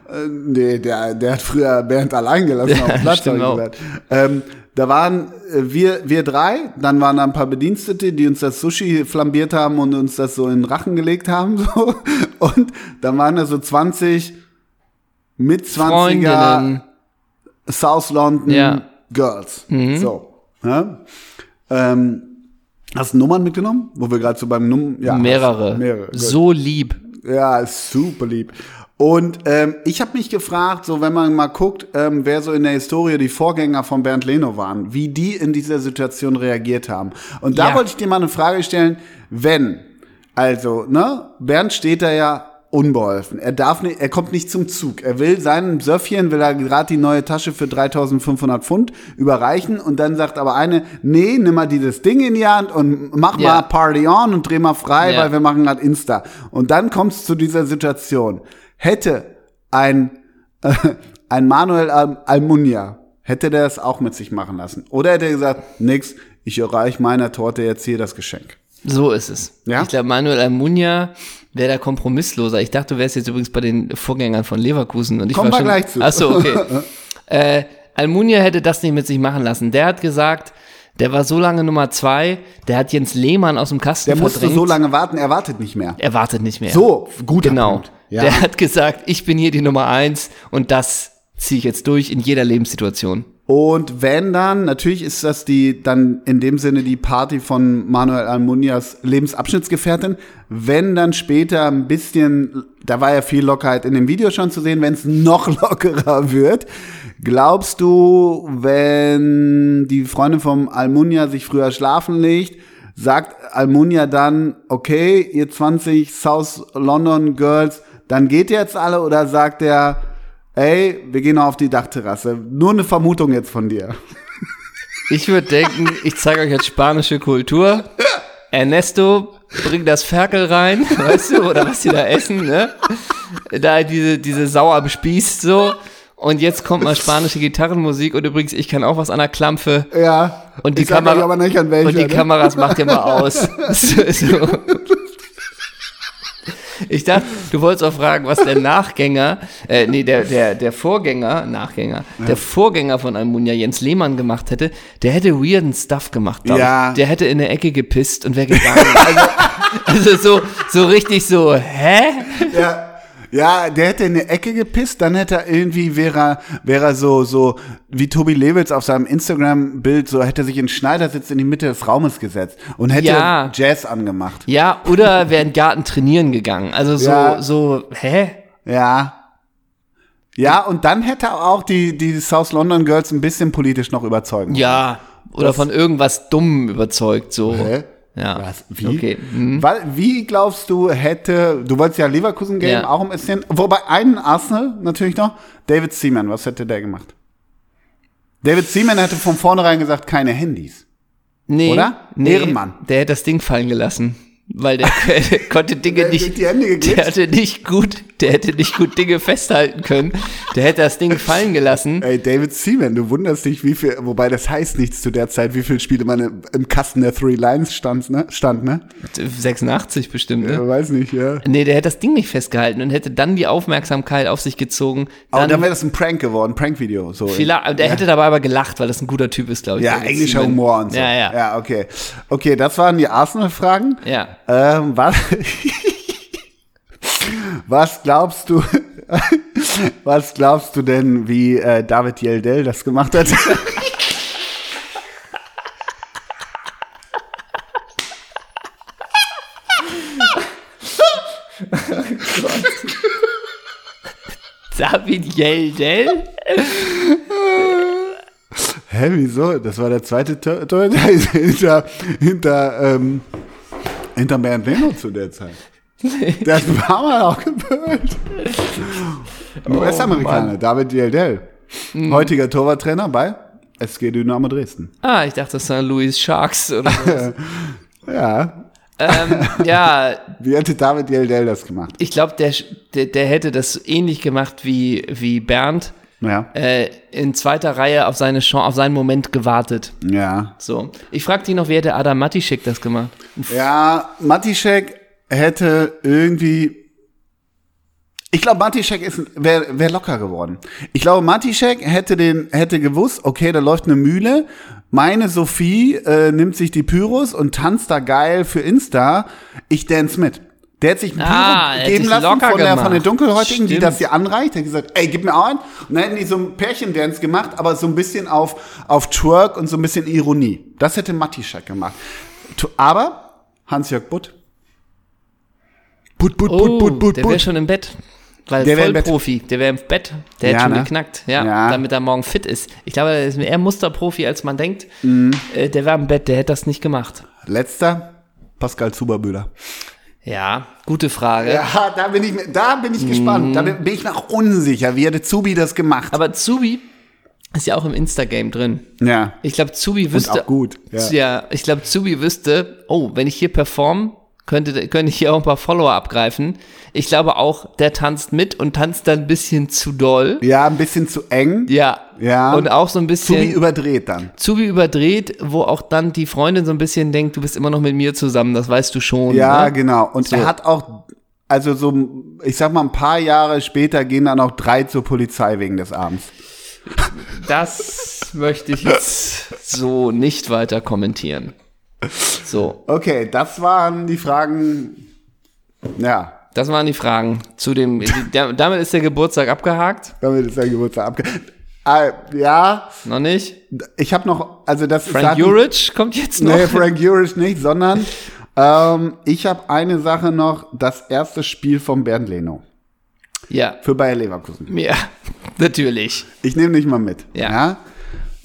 S1: äh, nee, der, der hat früher Bernd allein gelassen auf dem
S2: Ja,
S1: Platz. hab
S2: stimmt
S1: ich
S2: auch.
S1: gesagt. Ähm, da waren äh, wir, wir drei, dann waren da ein paar Bedienstete, die uns das Sushi flambiert haben und uns das so in den Rachen gelegt haben. So. Und dann waren da so 20 mit 20er
S2: Freundinnen.
S1: South London
S2: Ja. Mhm.
S1: Girls. So. Ja? Ähm, hast du Nummern mitgenommen? Wo wir gerade so beim Nummern. Ja,
S2: mehrere.
S1: hast- Mehrere. gut.
S2: So lieb.
S1: Ja, ist super lieb. Und ähm, ich habe mich gefragt, so wenn man mal guckt, ähm, wer so in der Historie die Vorgänger von Bernd Leno waren, wie die in dieser Situation reagiert haben. Und da
S2: Ja.
S1: wollte ich dir mal eine Frage stellen, wenn, also, ne, Bernd steht da ja unbeholfen. Er darf nicht, er kommt nicht zum Zug. Er will seinen Söffchen, will er gerade die neue Tasche für 3500 Pfund überreichen und dann sagt aber eine, nee, nimm mal dieses Ding in die Hand und mach
S2: Ja.
S1: mal Party on und dreh mal frei,
S2: Ja.
S1: weil wir machen gerade Insta. Und dann kommst du zu dieser Situation. Hätte ein, äh, ein Manuel Al Almunia, hätte der das auch mit sich machen lassen? Oder hätte er gesagt, nix, ich erreiche meiner Torte jetzt hier das Geschenk.
S2: So ist es.
S1: Ja?
S2: Ich glaube, Manuel Almunia wäre da kompromissloser. Ich dachte, du wärst jetzt übrigens bei den Vorgängern von Leverkusen. Und ich
S1: Kommen
S2: war
S1: wir
S2: schon,
S1: gleich zu.
S2: Ach so, okay. äh, Almunia hätte das nicht mit sich machen lassen. Der hat gesagt, der war so lange Nummer zwei, der hat Jens Lehmann aus dem Kasten
S1: Der musste
S2: verdrängt.
S1: so lange warten, er wartet nicht mehr.
S2: Er wartet nicht mehr.
S1: So, guter
S2: Genau.
S1: Punkt. Ja.
S2: Der hat gesagt, ich bin hier die Nummer eins und das ziehe ich jetzt durch in jeder Lebenssituation.
S1: Und wenn dann, natürlich ist das die dann in dem Sinne die Party von Manuel Almunias Lebensabschnittsgefährtin, wenn dann später ein bisschen, da war ja viel Lockerheit in dem Video schon zu sehen, wenn es noch lockerer wird, glaubst du, wenn die Freundin vom Almunia sich früher schlafen legt, sagt Almunia dann, okay, ihr 20 South London Girls, dann geht ihr jetzt alle oder sagt er, Ey, wir gehen noch auf die Dachterrasse. Nur eine Vermutung jetzt von dir.
S2: Ich würde denken, ich zeige euch jetzt spanische Kultur. Ernesto, bring das Ferkel rein, weißt du, oder was die da essen, ne? Da diese, diese sauer bespießt so. Und jetzt kommt mal spanische Gitarrenmusik und übrigens, ich kann auch was an der Klampfe.
S1: Ja.
S2: Und die
S1: ich sag
S2: Kamera-
S1: euch aber nicht an welcher.
S2: Und die
S1: ne?
S2: Kameras macht ihr mal aus. So, so. Ich dachte, du wolltest auch fragen, was der Nachgänger, äh, nee, der, der, der Vorgänger, Nachgänger, der Vorgänger von Almunia, Jens Lehmann, gemacht hätte, der hätte weirden Stuff gemacht, glaub
S1: Ja.
S2: ich. Der hätte in der Ecke gepisst und wäre gegangen. also, also so, so richtig so, hä?
S1: ja. ja, der hätte in eine Ecke gepisst, dann hätte er irgendwie, wäre er, wäre er so, so, wie Tobi Lewitz auf seinem Instagram-Bild, so hätte er sich in Schneidersitz in die Mitte des Raumes gesetzt und hätte
S2: Ja.
S1: Jazz angemacht.
S2: Ja, oder wäre im Garten trainieren gegangen. Also so,
S1: Ja.
S2: so, hä?
S1: Ja. Ja, und dann hätte er auch die, die South London Girls ein bisschen politisch noch überzeugen.
S2: Ja. Oder von irgendwas Dummem überzeugt, so.
S1: Hä?
S2: Ja.
S1: Was? Wie?
S2: Ah. Okay. Mhm.
S1: Weil, wie glaubst du, hätte, du wolltest ja Leverkusen Game
S2: Ja.
S1: auch ein bisschen, wobei einen Arsenal natürlich noch, David Seaman, was hätte der gemacht? David Seaman hätte von vornherein gesagt, keine Handys.
S2: Nee,
S1: Oder?
S2: Nee,
S1: Ehrenmann.
S2: Der hätte das Ding fallen gelassen. Weil der, der konnte Dinge
S1: Der hätte
S2: nicht.
S1: die Hände geknipst.
S2: der hätte nicht gut, der hätte nicht gut Dinge festhalten können. Der hätte das Ding fallen gelassen.
S1: Ey, David Seaman, du wunderst dich, wie viel, wobei das heißt nichts zu der Zeit, wie viele Spiele man im Kasten der Three Lions stand, ne? Stand, ne?
S2: 86 bestimmt, ne?
S1: Ja, weiß nicht, ja.
S2: Nee, der hätte das Ding nicht festgehalten und hätte dann die Aufmerksamkeit auf sich gezogen.
S1: Aber
S2: Dann,
S1: dann wäre das ein Prank geworden, Prank-Video. So
S2: vielleicht, aber der hätte dabei aber gelacht, weil das ein guter Typ ist, glaube ich.
S1: Ja,
S2: David
S1: englischer
S2: Seaman.
S1: Humor und so.
S2: Ja, ja.
S1: Ja, okay. Okay, das waren die Arsenal-Fragen.
S2: Ja.
S1: Ähm, was, was glaubst du, was glaubst du denn, wie äh, David Yeldell das gemacht hat?
S2: David Yeldell?
S1: Hä, wieso? Das war der zweite Tor- Torhüter hinter, hinter, ähm, hinter Bernd Leno zu der Zeit. Das war mal auch gebürgt. Ein US-Amerikaner, David Yeldell. Heutiger Torwarttrainer bei SG Dynamo Dresden.
S2: Ah, ich dachte, das war Louis Sharks oder so.
S1: Ja.
S2: ähm, ja,
S1: Wie hätte David Yeldell das gemacht?
S2: Ich glaube, der, der, der hätte das ähnlich gemacht wie, wie Bernd.
S1: Ja.
S2: Äh, in zweiter Reihe auf, seine Chance, auf seinen Moment gewartet.
S1: Ja.
S2: So. Ich fragte ihn noch, wie hätte Adam Matischek das gemacht?
S1: Ja, Matischek hätte irgendwie. Ich glaube, Matischek ist wäre wär locker geworden. Ich glaube, Matischek hätte den hätte gewusst, okay, da läuft eine Mühle. Meine Sophie äh, nimmt sich die Pyros und tanzt da geil für Insta. Ich dance mit. Der hat sich einen Pyro
S2: Ah, er hat
S1: geben
S2: sich
S1: lassen
S2: locker
S1: von der, von der
S2: gemacht.
S1: Dunkelhäutigen, die
S2: Stimmt.
S1: das hier anreicht. Der hat gesagt, ey, gib mir auch einen. Und dann hätten die so ein Pärchen-Dance gemacht, aber so ein bisschen auf, auf Twerk und so ein bisschen Ironie. Das hätte Matischek gemacht. Tu- Aber Hans-Jörg Butt. Butt, Butt,
S2: Oh,
S1: Butt, Butt, Butt,
S2: der wäre
S1: Butt.
S2: schon im Bett. Weil
S1: Der wär im
S2: voll
S1: Bett.
S2: Profi, der wäre im Bett, der
S1: Ja,
S2: hat schon
S1: ne?
S2: geknackt, ja,
S1: Ja.
S2: damit er morgen fit ist. Ich glaube, er ist eher Musterprofi, als man denkt.
S1: Mhm.
S2: Äh, der war im Bett, der hätte das nicht gemacht.
S1: Letzter, Pascal Zuberbühler.
S2: Ja, gute Frage.
S1: Ja, da bin ich, da bin ich gespannt. Da bin ich noch unsicher, wie hätte Zubi das gemacht.
S2: Aber Zubi ist ja auch im Instagame drin.
S1: ja.
S2: Ich glaube, Zubi wüsste.
S1: auch gut, ja.
S2: Ja, ich glaube, Zubi wüsste, oh, wenn ich hier perform, könnte, könnte ich hier auch ein paar Follower abgreifen. Ich glaube auch, der tanzt mit und tanzt dann ein bisschen zu doll.
S1: Ja, ein bisschen zu eng.
S2: Ja.
S1: Ja.
S2: Und auch so ein
S1: Zubi
S2: bisschen.
S1: überdreht dann.
S2: Zubi überdreht, wo auch dann die Freundin so ein bisschen denkt, du bist immer noch mit mir zusammen, das weißt du schon.
S1: Ja,
S2: ne?
S1: genau. Und
S2: So.
S1: er hat auch, also so, ich sag mal, ein paar Jahre später gehen dann auch drei zur Polizei wegen des Abends.
S2: Das möchte ich jetzt so nicht weiter kommentieren. So,
S1: Okay, das waren die Fragen. Ja,
S2: das waren die Fragen zu dem. der- Damit ist der Geburtstag abgehakt.
S1: damit ist der Geburtstag abge. Ah, ja,
S2: Noch nicht.
S1: ich habe noch, also das
S2: Frank
S1: ist.
S2: Juric kommt jetzt noch.
S1: Nee, Frank Juric nicht, sondern ähm, ich habe eine Sache noch, das erste Spiel von Bernd Leno
S2: ja.
S1: für Bayer Leverkusen.
S2: Ja, natürlich.
S1: Ich nehme dich mal mit.
S2: Ja.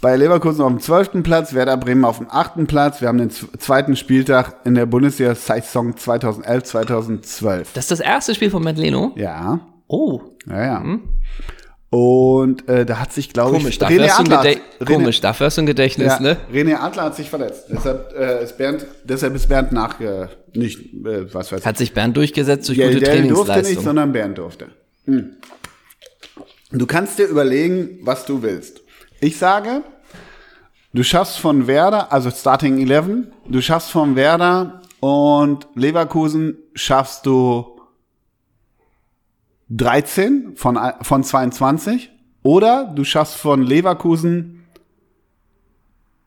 S1: Bayer Leverkusen auf dem 12. Platz, Werder Bremen auf dem 8. Platz. Wir haben den z- zweiten Spieltag in der Bundesliga-Saison 2011, 2012.
S2: Das ist das erste Spiel von Matt Leno.
S1: Ja,
S2: Oh.
S1: ja, ja. Und äh, da hat sich, glaube ich,
S2: Komisch, dafür hast, du ein
S1: Adler hat-
S2: Gedä- Komisch dafür hast du ein Gedächtnis,
S1: Ja,
S2: ne?
S1: René Adler hat sich verletzt. Deshalb, äh, ist, Bernd, deshalb ist Bernd nachge... Nicht, äh, was weiß ich.
S2: Hat sich Bernd durchgesetzt durch
S1: Ja,
S2: gute
S1: der durfte nicht,
S2: Trainingsleistung.
S1: sondern Bernd durfte. Hm. Du kannst dir überlegen, was du willst. Ich sage, du schaffst von Werder, also Starting 11, du schaffst von Werder und Leverkusen schaffst du 13 von, ein- von 22 oder du schaffst von Leverkusen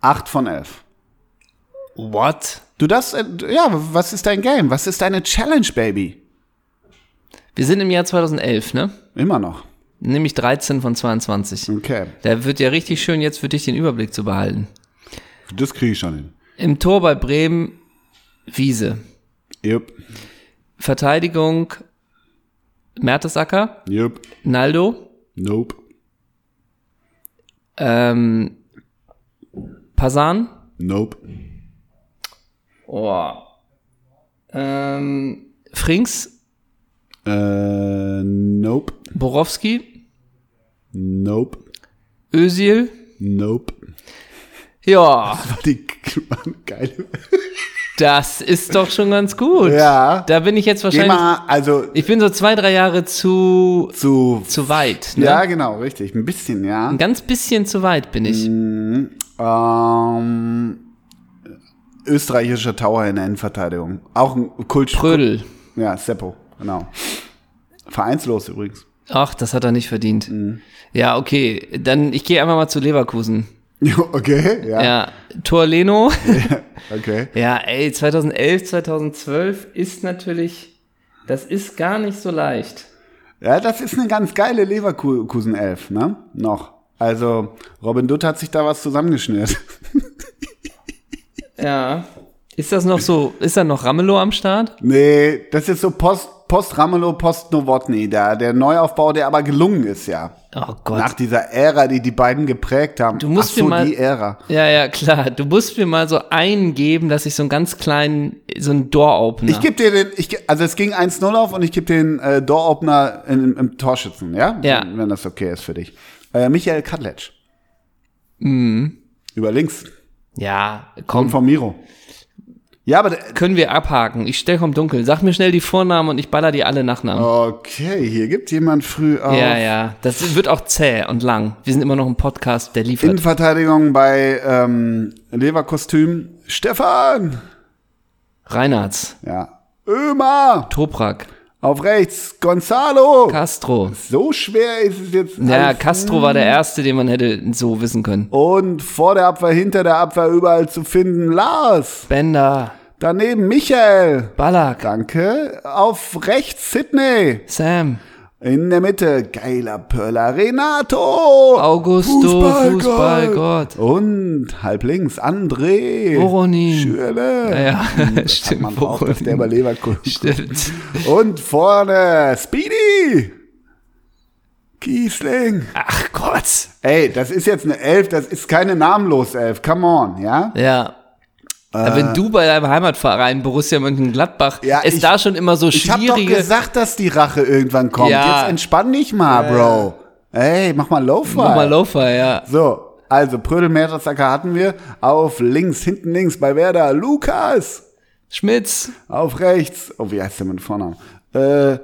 S1: 8 von 11.
S2: What?
S1: Du das, äh, ja, was ist dein Game? Was ist deine Challenge, Baby?
S2: Wir sind im Jahr 2011, ne?
S1: Immer noch.
S2: Nämlich 13 von 22.
S1: Okay.
S2: Da wird ja richtig schön jetzt für dich den Überblick zu behalten.
S1: Das kriege ich schon hin.
S2: Im Tor bei Bremen, Wiese.
S1: Jupp,
S2: Verteidigung, Mertesacker,
S1: jupp,
S2: Naldo,
S1: nope,
S2: ähm, Pasan,
S1: nope,
S2: Oh. Ähm, Frings,
S1: äh, nope,
S2: Borowski,
S1: nope,
S2: Özil.
S1: nope.
S2: Ja,
S1: War die war eine geile.
S2: das ist doch schon ganz gut.
S1: Ja.
S2: Da bin ich jetzt
S1: Geh
S2: wahrscheinlich.
S1: mal, also
S2: Ich bin so zwei, drei Jahre zu,
S1: zu.
S2: zu weit. Ne?
S1: Ja, genau, richtig. Ein bisschen, ja.
S2: Ein ganz bisschen zu weit bin ich.
S1: Mm, Ähm, österreichischer Tower in der Endverteidigung. Auch ein Kult.
S2: Prödel.
S1: Ja, Seppo, genau. Vereinslos übrigens.
S2: Ach, das hat er nicht verdient.
S1: Mm.
S2: Ja, okay. Dann ich gehe einfach mal zu Leverkusen.
S1: Okay, ja,
S2: Ja, Tor Leno.
S1: okay.
S2: ja, ey, 2011, 2012 ist natürlich. Das ist gar nicht so leicht.
S1: Ja, das ist eine ganz geile Leverkusen 11, ne? Noch. Also, Robin Dutt hat sich da was zusammengeschnürt.
S2: Ja. Ist das noch so, ist da noch Ramelow am Start?
S1: nee, das ist so Post, Post Ramelow, Post Nowotny, da, der Neuaufbau, der aber gelungen ist, ja.
S2: Oh
S1: Nach
S2: Gott.
S1: dieser Ära, die die beiden geprägt haben.
S2: Du musst
S1: Ach so,
S2: mir mal-
S1: die Ära.
S2: Ja, ja, klar. Du musst mir mal so eingeben, dass ich so einen ganz kleinen, so einen Door-Opener.
S1: Ich geb dir den, ich, ge- also es ging 1-0 auf und ich geb den äh, Door-Opener im, im Torschützen, ja?
S2: Ja.
S1: Wenn, wenn das okay ist für dich. Äh, Michael Katletsch. Mhm. Über links.
S2: ja,
S1: Und
S2: komm.
S1: von Miro. Ja, aber der-
S2: Können wir abhaken. Ich stell komm dunkel. Sag mir schnell die Vornamen und ich baller die alle Nachnamen.
S1: Oh. Okay, hier gibt jemand früh auf.
S2: Ja, ja. Das wird auch zäh und lang. Wir sind immer noch ein Podcast, der liefert.
S1: Innenverteidigung bei ähm, Leverkostüm. Stefan!
S2: Reinhards.
S1: Ja. Ömer!
S2: Toprak,
S1: Auf rechts, Gonzalo!
S2: Castro.
S1: So schwer ist es jetzt.
S2: Ja,
S1: alles
S2: Castro war der erste, den man hätte so wissen können.
S1: Und vor der Abwehr, hinter der Abwehr überall zu finden. Lars.
S2: Bender,
S1: Daneben Michael.
S2: Ballack,
S1: Danke. Auf rechts Sydney.
S2: Sam,
S1: In der Mitte geiler Pöller Renato.
S2: Augusto,
S1: Fußballgott.
S2: Fußballgott,
S1: Und halb links André.
S2: Voronin.
S1: Schürle.
S2: Ja,
S1: Man
S2: stimmt.
S1: braucht das, der
S2: Voronin.
S1: über Leverkusen.
S2: Stimmt.
S1: Und vorne Speedy. Kiesling.
S2: Ach Gott.
S1: Ey, das ist jetzt eine Elf, das ist keine namenlos Elf. Come on, ja?
S2: Ja. Aber wenn du bei deinem Heimatverein Borussia Mönchengladbach
S1: Äh, Ja,
S2: es
S1: ich-
S2: da schon immer so
S1: Ich hab doch
S2: schwierige
S1: gesagt, dass die Rache irgendwann kommt.
S2: Ja.
S1: Jetzt entspann dich mal, Bro. Ey, mach mal Lo-Fi.
S2: Mach mal Lofer, ja.
S1: So, also Prödel Mertesacker hatten wir. Auf links, hinten links bei Werder, Lukas.
S2: Schmitz,
S1: Auf rechts. Oh, wie heißt der mit Vornamen? Äh,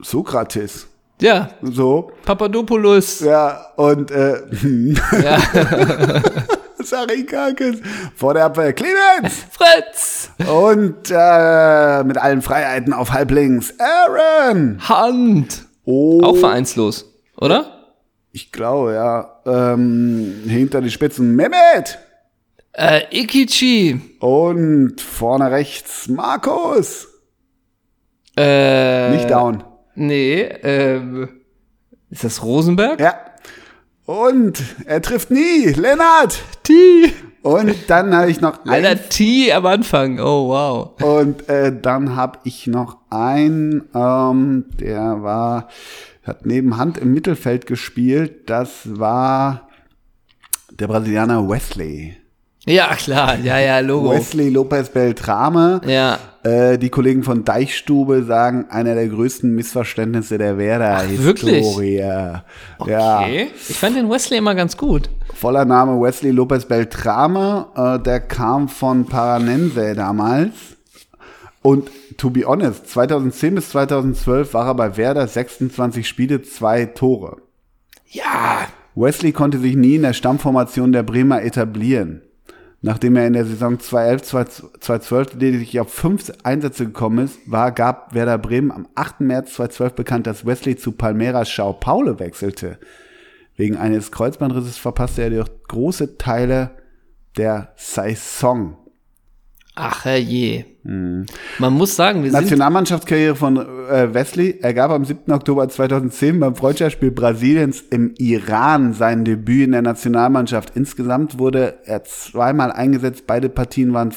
S1: Sokrates.
S2: ja,
S1: So.
S2: Papadopoulos,
S1: Ja, und äh,
S2: ja.
S1: Sarikakis. Vor der Abwehr Clemens.
S2: Fritz,
S1: Und äh, mit allen Freiheiten auf halb links. Aaron.
S2: Hand.
S1: Oh.
S2: Auch vereinslos, oder?
S1: Ich glaube, ja. Ähm, hinter die Spitzen Mehmet.
S2: Äh, Ikichi,
S1: Und vorne rechts Markus.
S2: äh,
S1: Nicht down.
S2: nee, ähm, ist das Rosenberg?
S1: Ja. Und er trifft nie. Lennart.
S2: T.
S1: Und dann habe ich noch ein.
S2: Alter, T am Anfang, oh wow.
S1: Und äh, dann habe ich noch einen, ähm, der war, hat neben Hand im Mittelfeld gespielt. Das war der Brasilianer Wesley.
S2: Ja, klar, ja, ja, Logo.
S1: Wesley Lopez Beltrame.
S2: Ja,
S1: Äh, die Kollegen von Deichstube sagen, einer der größten Missverständnisse der Werder-Historie. Ja.
S2: okay. Ich fand den Wesley immer ganz gut.
S1: Voller Name Wesley Lopez Beltrame, äh, der kam von Paranense damals. Und to be honest, 2010 bis 2012 war er bei Werder 26 Spiele, zwei Tore.
S2: Ja,
S1: Wesley konnte sich nie in der Stammformation der Bremer etablieren. Nachdem er in der Saison 2011-2012 lediglich auf fünf Einsätze gekommen ist, war, gab Werder Bremen am 8. März 2012 bekannt, dass Wesley zu Palmeiras Schau Paule wechselte. Wegen eines Kreuzbandrisses verpasste er jedoch große Teile der Saison.
S2: Ach je.
S1: Hm.
S2: Man muss sagen, wir sind.
S1: Nationalmannschaftskarriere von äh, Wesley ergab am 7. Oktober 2010 beim Freundschaftsspiel Brasiliens im Iran sein Debüt in der Nationalmannschaft. Insgesamt wurde er zweimal eingesetzt. Beide Partien waren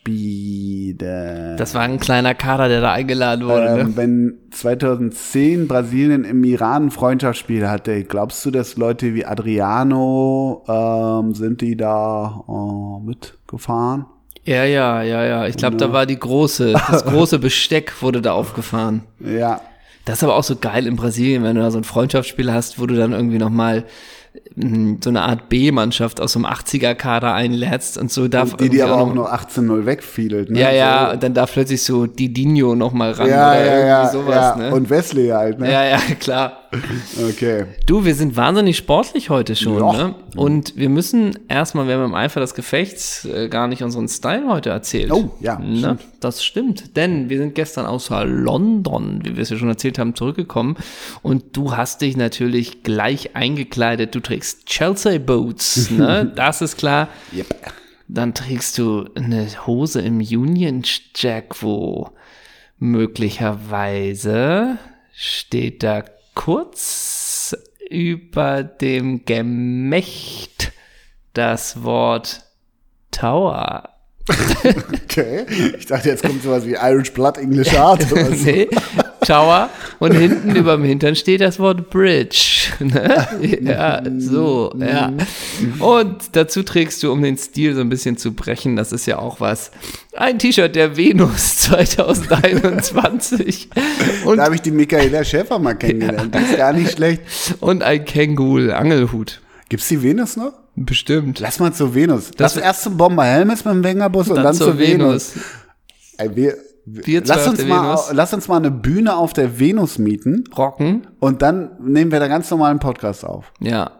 S1: Freundschaftsspiele.
S2: Das war ein kleiner Kader, der da eingeladen wurde. ne?
S1: Ähm, wenn 2010 Brasilien im Iran ein Freundschaftsspiel hatte, glaubst du, dass Leute wie Adriano, ähm, sind die da äh, mitgefahren?
S2: Ja, ja, ja, ja. Ich glaube, da war die große, das große Besteck wurde da aufgefahren.
S1: Ja,
S2: Das ist aber auch so geil in Brasilien, wenn du da so ein Freundschaftsspiel hast, wo du dann irgendwie nochmal so eine Art B-Mannschaft aus so einem 80er-Kader einlädst und so darf
S1: die, die
S2: irgendwie
S1: aber auch
S2: noch-
S1: nur 18-0 wegfiedelt. Ne?
S2: Ja,
S1: So.
S2: ja, und dann darf plötzlich so Didinho nochmal ran
S1: Ja,
S2: oder
S1: ja,
S2: irgendwie
S1: ja,
S2: sowas,
S1: ja.
S2: ne?
S1: Und Wesley halt, ne?
S2: ja, ja, klar.
S1: Okay.
S2: Du, wir sind wahnsinnig sportlich heute schon,
S1: Ja.
S2: ne? Und wir müssen erstmal, wir haben im Eifer des Gefechts äh, gar nicht unseren Style heute erzählt.
S1: Oh, ja,
S2: Ne? Das stimmt, denn wir sind gestern außer London, wie wir es ja schon erzählt haben, zurückgekommen. Und du hast dich natürlich gleich eingekleidet. Du trägst Chelsea Boots, ne? Das ist klar.
S1: Yep.
S2: Dann trägst du eine Hose im Union Jack, wo möglicherweise steht da kurz über dem Gemächt das Wort Tower.
S1: Okay. Ich dachte, jetzt kommt sowas wie Irish Blood, English Art. Oder so.
S2: Nee, Tower. Und hinten über dem Hintern steht das Wort Bridge. Ne? Ja, so, ja. Und dazu trägst du, um den Stil so ein bisschen zu brechen, das ist ja auch was, ein T-Shirt der Venus 2021 und,
S1: Da habe ich die Michaela Schäfer mal kennengelernt. Die ist gar nicht schlecht.
S2: und ein Känguru-Angelhut.
S1: Gibt's die Venus noch?
S2: Bestimmt.
S1: Lass mal zur Venus.
S2: Das-
S1: Lass erst zum Bomber Helmes mit dem Wengerbus und dann, zur Venus. Ey, wir,
S2: Wir
S1: wir,
S2: zwei
S1: lass,
S2: auf
S1: uns
S2: der
S1: mal,
S2: Venus.
S1: lass uns mal eine Bühne auf der Venus mieten
S2: Rocken.
S1: und dann nehmen wir da ganz normalen Podcast auf.
S2: Ja.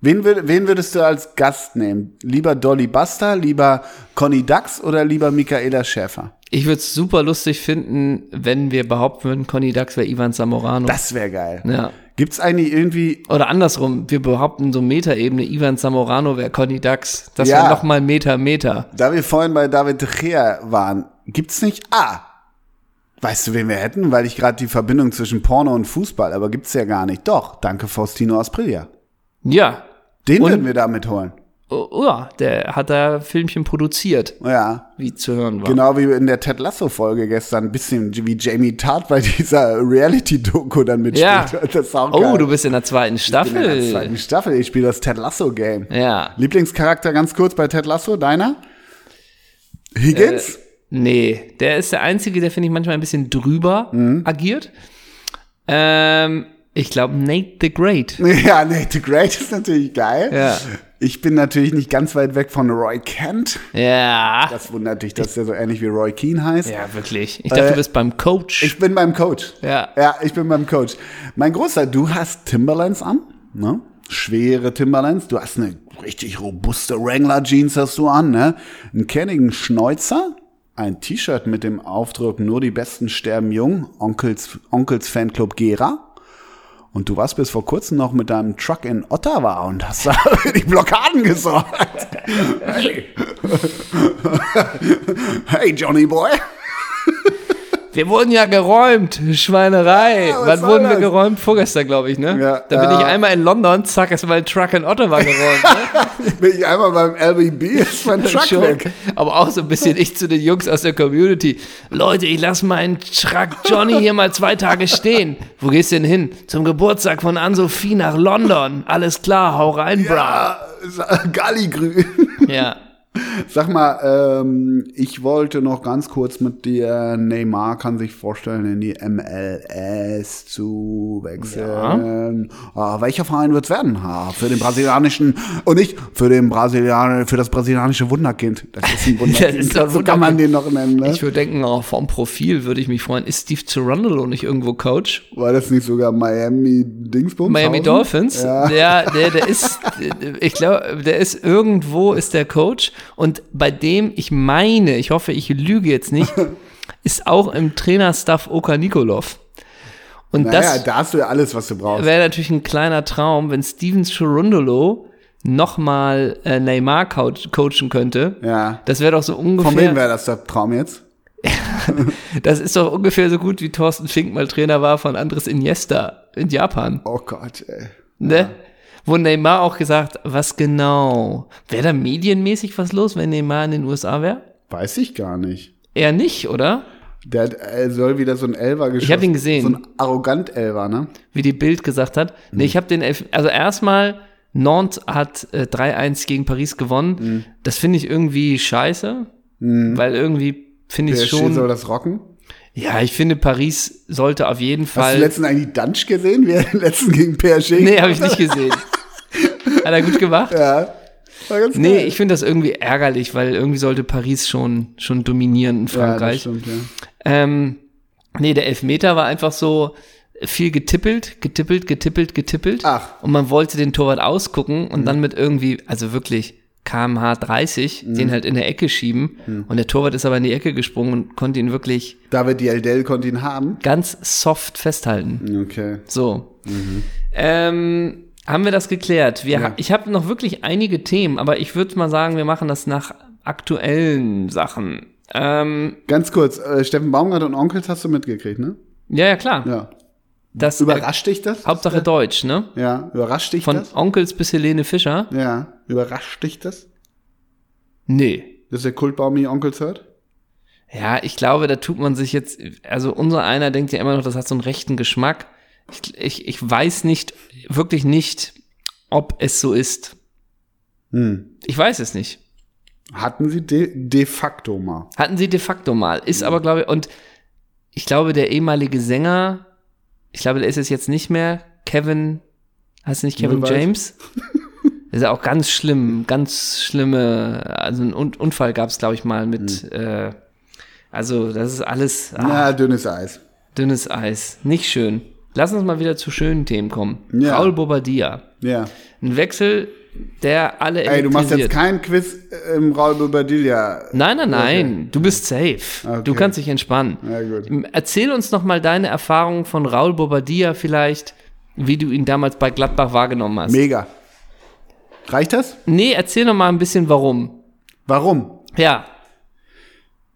S1: Wen, wür- wen würdest du als Gast nehmen? Lieber Dolly Buster, lieber Conny Dax oder lieber Michaela Schäfer?
S2: Ich würde es super lustig finden, wenn wir behaupten würden, Conny Dax wäre Ivan Zamorano.
S1: Das wäre geil.
S2: ja.
S1: Gibt's eigentlich irgendwie,
S2: Oder andersrum, wir behaupten so Metaebene, Ivan Zamorano wäre Conny Dax. Das
S1: Ja.
S2: wäre nochmal Meta Meta.
S1: da wir vorhin bei David de Gea waren, gibt's nicht Ah, Weißt du, wen wir hätten? Weil ich gerade die Verbindung zwischen Porno und Fußball, aber gibt's ja gar nicht. Doch, danke Faustino Asprilla.
S2: Ja.
S1: Den
S2: Und-
S1: würden wir da mitholen.
S2: Oh, ja, der hat da Filmchen produziert,
S1: Ja,
S2: wie zu hören war.
S1: genau wie in der Ted Lasso-Folge gestern, ein bisschen wie Jamie Tart bei dieser Reality-Doku dann mitspielt.
S2: Ja.
S1: Das ist auch
S2: Oh,
S1: geil.
S2: du bist in der zweiten
S1: Ich bin
S2: Staffel.
S1: in der zweiten Staffel. Ich spiele das Ted Lasso-Game.
S2: Ja.
S1: Lieblingscharakter ganz kurz bei Ted Lasso, deiner? Higgins?
S2: Äh, Nee, der ist der Einzige, der, finde ich, manchmal ein bisschen drüber
S1: Mhm.
S2: agiert. Ähm, ich glaube, Nate the Great.
S1: Ja, nee, The Great ist natürlich geil.
S2: Ja.
S1: Ich bin natürlich nicht ganz weit weg von Roy Kent.
S2: Ja.
S1: Das wundert dich, dass der so ähnlich wie Roy Keane heißt.
S2: Ja, wirklich. Ich dachte, du bist beim
S1: Äh,
S2: Coach.
S1: Ich bin beim Coach.
S2: Ja.
S1: Ja, ich bin beim Coach. Mein Großer, du hast Timberlands an, ne? Schwere Timberlands. Du hast eine richtig robuste Wrangler Jeans hast du an, ne? Einen kennigen Schnäuzer. Ein T-Shirt mit dem Aufdruck Nur die Besten sterben jung. Onkels, Onkels Fanclub Gera. Und du warst bis vor kurzem noch mit deinem Truck in Ottawa und hast da für die Blockaden gesorgt. Hey, Johnny Boy.
S2: Wir wurden ja geräumt, Schweinerei.
S1: was
S2: Wann
S1: soll
S2: wurden
S1: das?
S2: wir geräumt? Vorgestern, glaube ich, ne?
S1: Ja,
S2: da bin
S1: ja.
S2: ich einmal in London, zack, ist mein Truck in Ottawa geräumt. Ne?
S1: Bin ich einmal beim LBB, ist mein Truck
S2: Schon.
S1: weg.
S2: Aber auch so ein bisschen ich zu den Jungs aus der Community. Leute, ich lasse meinen Truck Johnny hier mal zwei Tage stehen. Wo gehst du denn hin? Zum Geburtstag von Ann-Sophie nach London. Alles klar, hau rein,
S1: Ja, sa- Galligrün.
S2: bra. Ja.
S1: Sag mal, ähm, ich wollte noch ganz kurz mit dir, Neymar kann sich vorstellen, in die MLS zu wechseln. Ah, welcher Verein wird's werden? Ah, für den brasilianischen und nicht für den Brasilianer, für das brasilianische Wunderkind. Das ist ein Wunderkind.
S2: ist doch ein
S1: so kann man den noch nennen, ne?
S2: Ich würde denken, oh, vom Profil würde ich mich freuen. Ist Steve Cerundolo nicht irgendwo Coach?
S1: War das nicht sogar Miami Dingsbums?
S2: Miami Dolphins,
S1: Ja.
S2: der, der, der ist, ich glaube, der ist irgendwo, ist der Coach. Und bei dem, ich meine, ich hoffe, ich lüge jetzt nicht, ist auch im Trainerstaff Oka Nikolov. Und
S1: Naja,
S2: das
S1: da hast du ja alles, was du brauchst.
S2: wäre natürlich ein kleiner Traum, wenn Steven Cherundolo nochmal äh, Neymar coach, coachen könnte.
S1: Ja.
S2: Das wäre doch so
S1: Von wem
S2: ungefähr,
S1: wäre das der Traum jetzt?
S2: das ist doch ungefähr so gut, wie Thorsten Fink mal Trainer war von Andres Iniesta in Japan.
S1: Oh Gott, ey.
S2: Ne? Wo Neymar auch gesagt, was genau? Wäre da medienmäßig was los, wenn Neymar in den USA wäre?
S1: Weiß ich gar nicht.
S2: Eher nicht, oder?
S1: Der hat, er soll wieder so ein Elfer geschossen.
S2: hab ihn gesehen.
S1: So ein arrogant Elfer, ne?
S2: Wie die Bild gesagt hat.
S1: Mhm.
S2: Nee, ich habe den Elf Also erstmal, Nantes hat äh, 3-1 gegen Paris gewonnen.
S1: Mhm.
S2: Das finde ich irgendwie scheiße, weil irgendwie finde ich
S1: Der
S2: schon.
S1: soll das rocken.
S2: Ja, ich finde, Paris sollte auf jeden
S1: Hast du
S2: Fall.
S1: letzten eigentlich Dunch gesehen, wie er den letzten gegen PSG?
S2: Nee, habe ich nicht gesehen. hat er gut gemacht?
S1: Ja. War ganz
S2: Nee,
S1: geil.
S2: ich finde das irgendwie ärgerlich, weil irgendwie sollte Paris schon, schon dominieren
S1: Ja,
S2: in
S1: das
S2: Frankreich.
S1: stimmt, ja.
S2: Ähm, nee, der Elfmeter war einfach so viel getippelt, getippelt, getippelt, getippelt.
S1: Ach.
S2: Und man wollte den Torwart ausgucken und dann mit irgendwie, also wirklich kmh 30, den halt in der Ecke schieben. Und der Torwart ist aber in die Ecke gesprungen und konnte ihn wirklich
S1: David Yeldell konnte ihn haben.
S2: ganz soft festhalten.
S1: Okay.
S2: So. Ähm, haben wir das geklärt? Wir,
S1: Ja.
S2: Ich habe noch wirklich einige Themen, aber ich würde mal sagen, wir machen das nach aktuellen Sachen. Ähm,
S1: Ganz kurz, äh, Steffen Baumgart und Onkels hast du mitgekriegt, ne?
S2: ja, ja, klar.
S1: Ja.
S2: Das, äh,
S1: Überrascht dich das?
S2: Hauptsache Deutsch, ne?
S1: Ja, überrascht dich
S2: Von
S1: das?
S2: Onkels bis Helene Fischer?
S1: Ja, überrascht dich das?
S2: Nee.
S1: Dass der Kultbaumi Onkels hört?
S2: Ja, ich glaube, da tut man sich jetzt, also unser einer denkt ja immer noch, das hat so einen rechten Geschmack. Ich, ich, ich weiß nicht, wirklich nicht, ob es so ist.
S1: Hm.
S2: Ich weiß es nicht.
S1: Hatten sie de, de facto mal.
S2: Hatten sie de facto mal. Ist
S1: Mhm.
S2: aber, glaube ich, und ich glaube, der ehemalige Sänger, ich glaube, der ist es jetzt nicht mehr, Kevin, heißt nicht Kevin
S1: Müllwald.
S2: James? ist ja auch ganz schlimm, ganz schlimme, also einen Un Unfall gab es, glaube ich, mal mit,
S1: Mhm.
S2: äh, also das ist alles ah,
S1: Na, dünnes Eis.
S2: dünnes Eis. Nicht schön. Lass uns mal wieder zu schönen Themen kommen.
S1: Ja.
S2: Raul Bobadilla.
S1: Ja.
S2: Ein Wechsel, der alle
S1: Ey, du machst jetzt
S2: elektrisiert.
S1: keinen Quiz im Raul Bobadilla.
S2: Nein, nein, nein. Du bist safe. Du kannst dich entspannen.
S1: Ja, gut.
S2: Erzähl uns noch mal deine Erfahrungen von Raul Bobadilla vielleicht, wie du ihn damals bei Gladbach wahrgenommen hast.
S1: Mega. Reicht das?
S2: Nee, erzähl noch mal ein bisschen warum.
S1: Warum?
S2: Ja,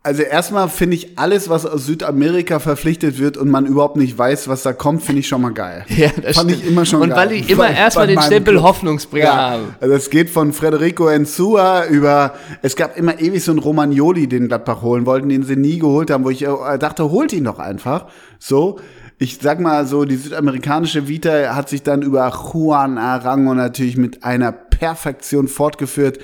S1: Also erstmal finde ich alles, was aus Südamerika verpflichtet wird und man überhaupt nicht weiß, was da kommt, finde ich schon mal geil.
S2: ja das
S1: Fand
S2: stimmt.
S1: ich immer schon
S2: Und
S1: geil.
S2: weil ich immer
S1: Bei-
S2: erstmal
S1: bei
S2: den
S1: meinem
S2: Stempel
S1: Club.
S2: Hoffnungsbringer
S1: Ja,
S2: habe.
S1: also es geht von Federico Enzua über, es gab immer ewig so einen Romagnoli, den Gladbach holen wollten, den sie nie geholt haben, wo ich äh, dachte, holt ihn doch einfach. So, ich sag mal so, die südamerikanische Vita hat sich dann über Juan Arango natürlich mit einer Perfektion fortgeführt,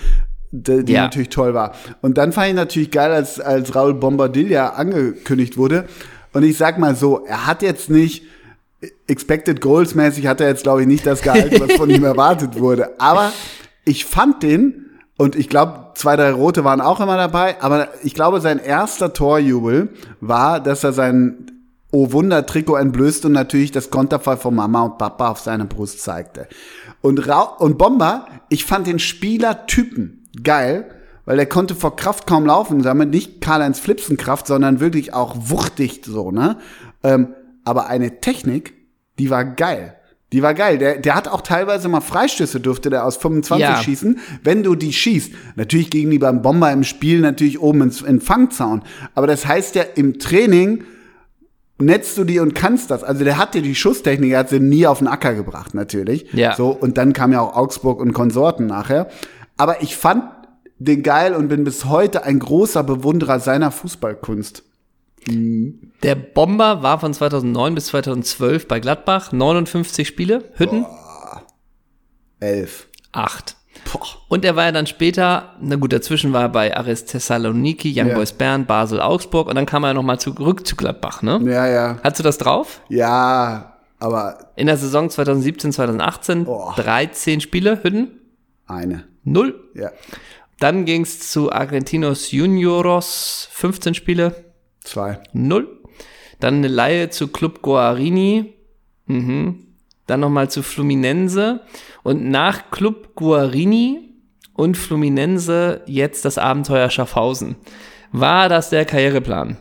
S1: d- die
S2: Ja.
S1: natürlich toll war. Und dann fand ich natürlich geil, als, als Raul Bombadilla angekündigt wurde. Und ich sag mal so, er hat jetzt nicht Expected Goals mäßig hat er jetzt, glaube ich, nicht das gehalten, was von ihm erwartet wurde. Aber ich fand den, und ich glaube, zwei, drei Rote waren auch immer dabei, aber ich glaube, sein erster Torjubel war, dass er sein Oh Wunder-Trikot entblößte und natürlich das Konterfall von Mama und Papa auf seine Brust zeigte. Und, Ra und Bomber, ich fand den Spielertypen geil, weil er konnte vor Kraft kaum laufen, damit nicht Karl-Heinz Flipsenkraft, sondern wirklich auch wuchtig so, ne? Ähm, aber eine Technik, die war geil. Die war geil. Der, der hat auch teilweise mal Freistöße durfte der aus 25
S2: Ja.
S1: schießen, wenn du die schießt. Natürlich gegen die beim Bomber im Spiel natürlich oben ins, in den Fangzaun. Aber das heißt ja, im Training netzt du die und kannst das. Also der hat dir die Schusstechnik, er hat sie nie auf den Acker gebracht, natürlich.
S2: Ja.
S1: So, und dann kam ja auch Augsburg und Konsorten nachher. Aber ich fand den geil und bin bis heute ein großer Bewunderer seiner Fußballkunst.
S2: Der Bomber war von 2009 bis 2012 bei Gladbach. 59 Spiele, Hütten,
S1: Elf.
S2: 8. Und er war ja dann später, na gut, dazwischen war er bei Aris Thessaloniki, Young
S1: Ja.
S2: Boys Bern, Basel, Augsburg und dann kam er nochmal zurück zu Gladbach, ne?
S1: Ja, ja.
S2: Hattest du das drauf?
S1: Ja, aber
S2: In der Saison 2017, 2018,
S1: Boah.
S2: 13 Spiele, Hütten,
S1: eine.
S2: null.
S1: Ja.
S2: Dann ging's zu Argentinos Junioros, 15 Spiele,
S1: Zwei.
S2: Null. Dann eine Laie zu Club Guarini. Mhm. Dann nochmal zu Fluminense. Und nach Club Guarini und Fluminense jetzt das Abenteuer Schaffhausen. War das der Karriereplan?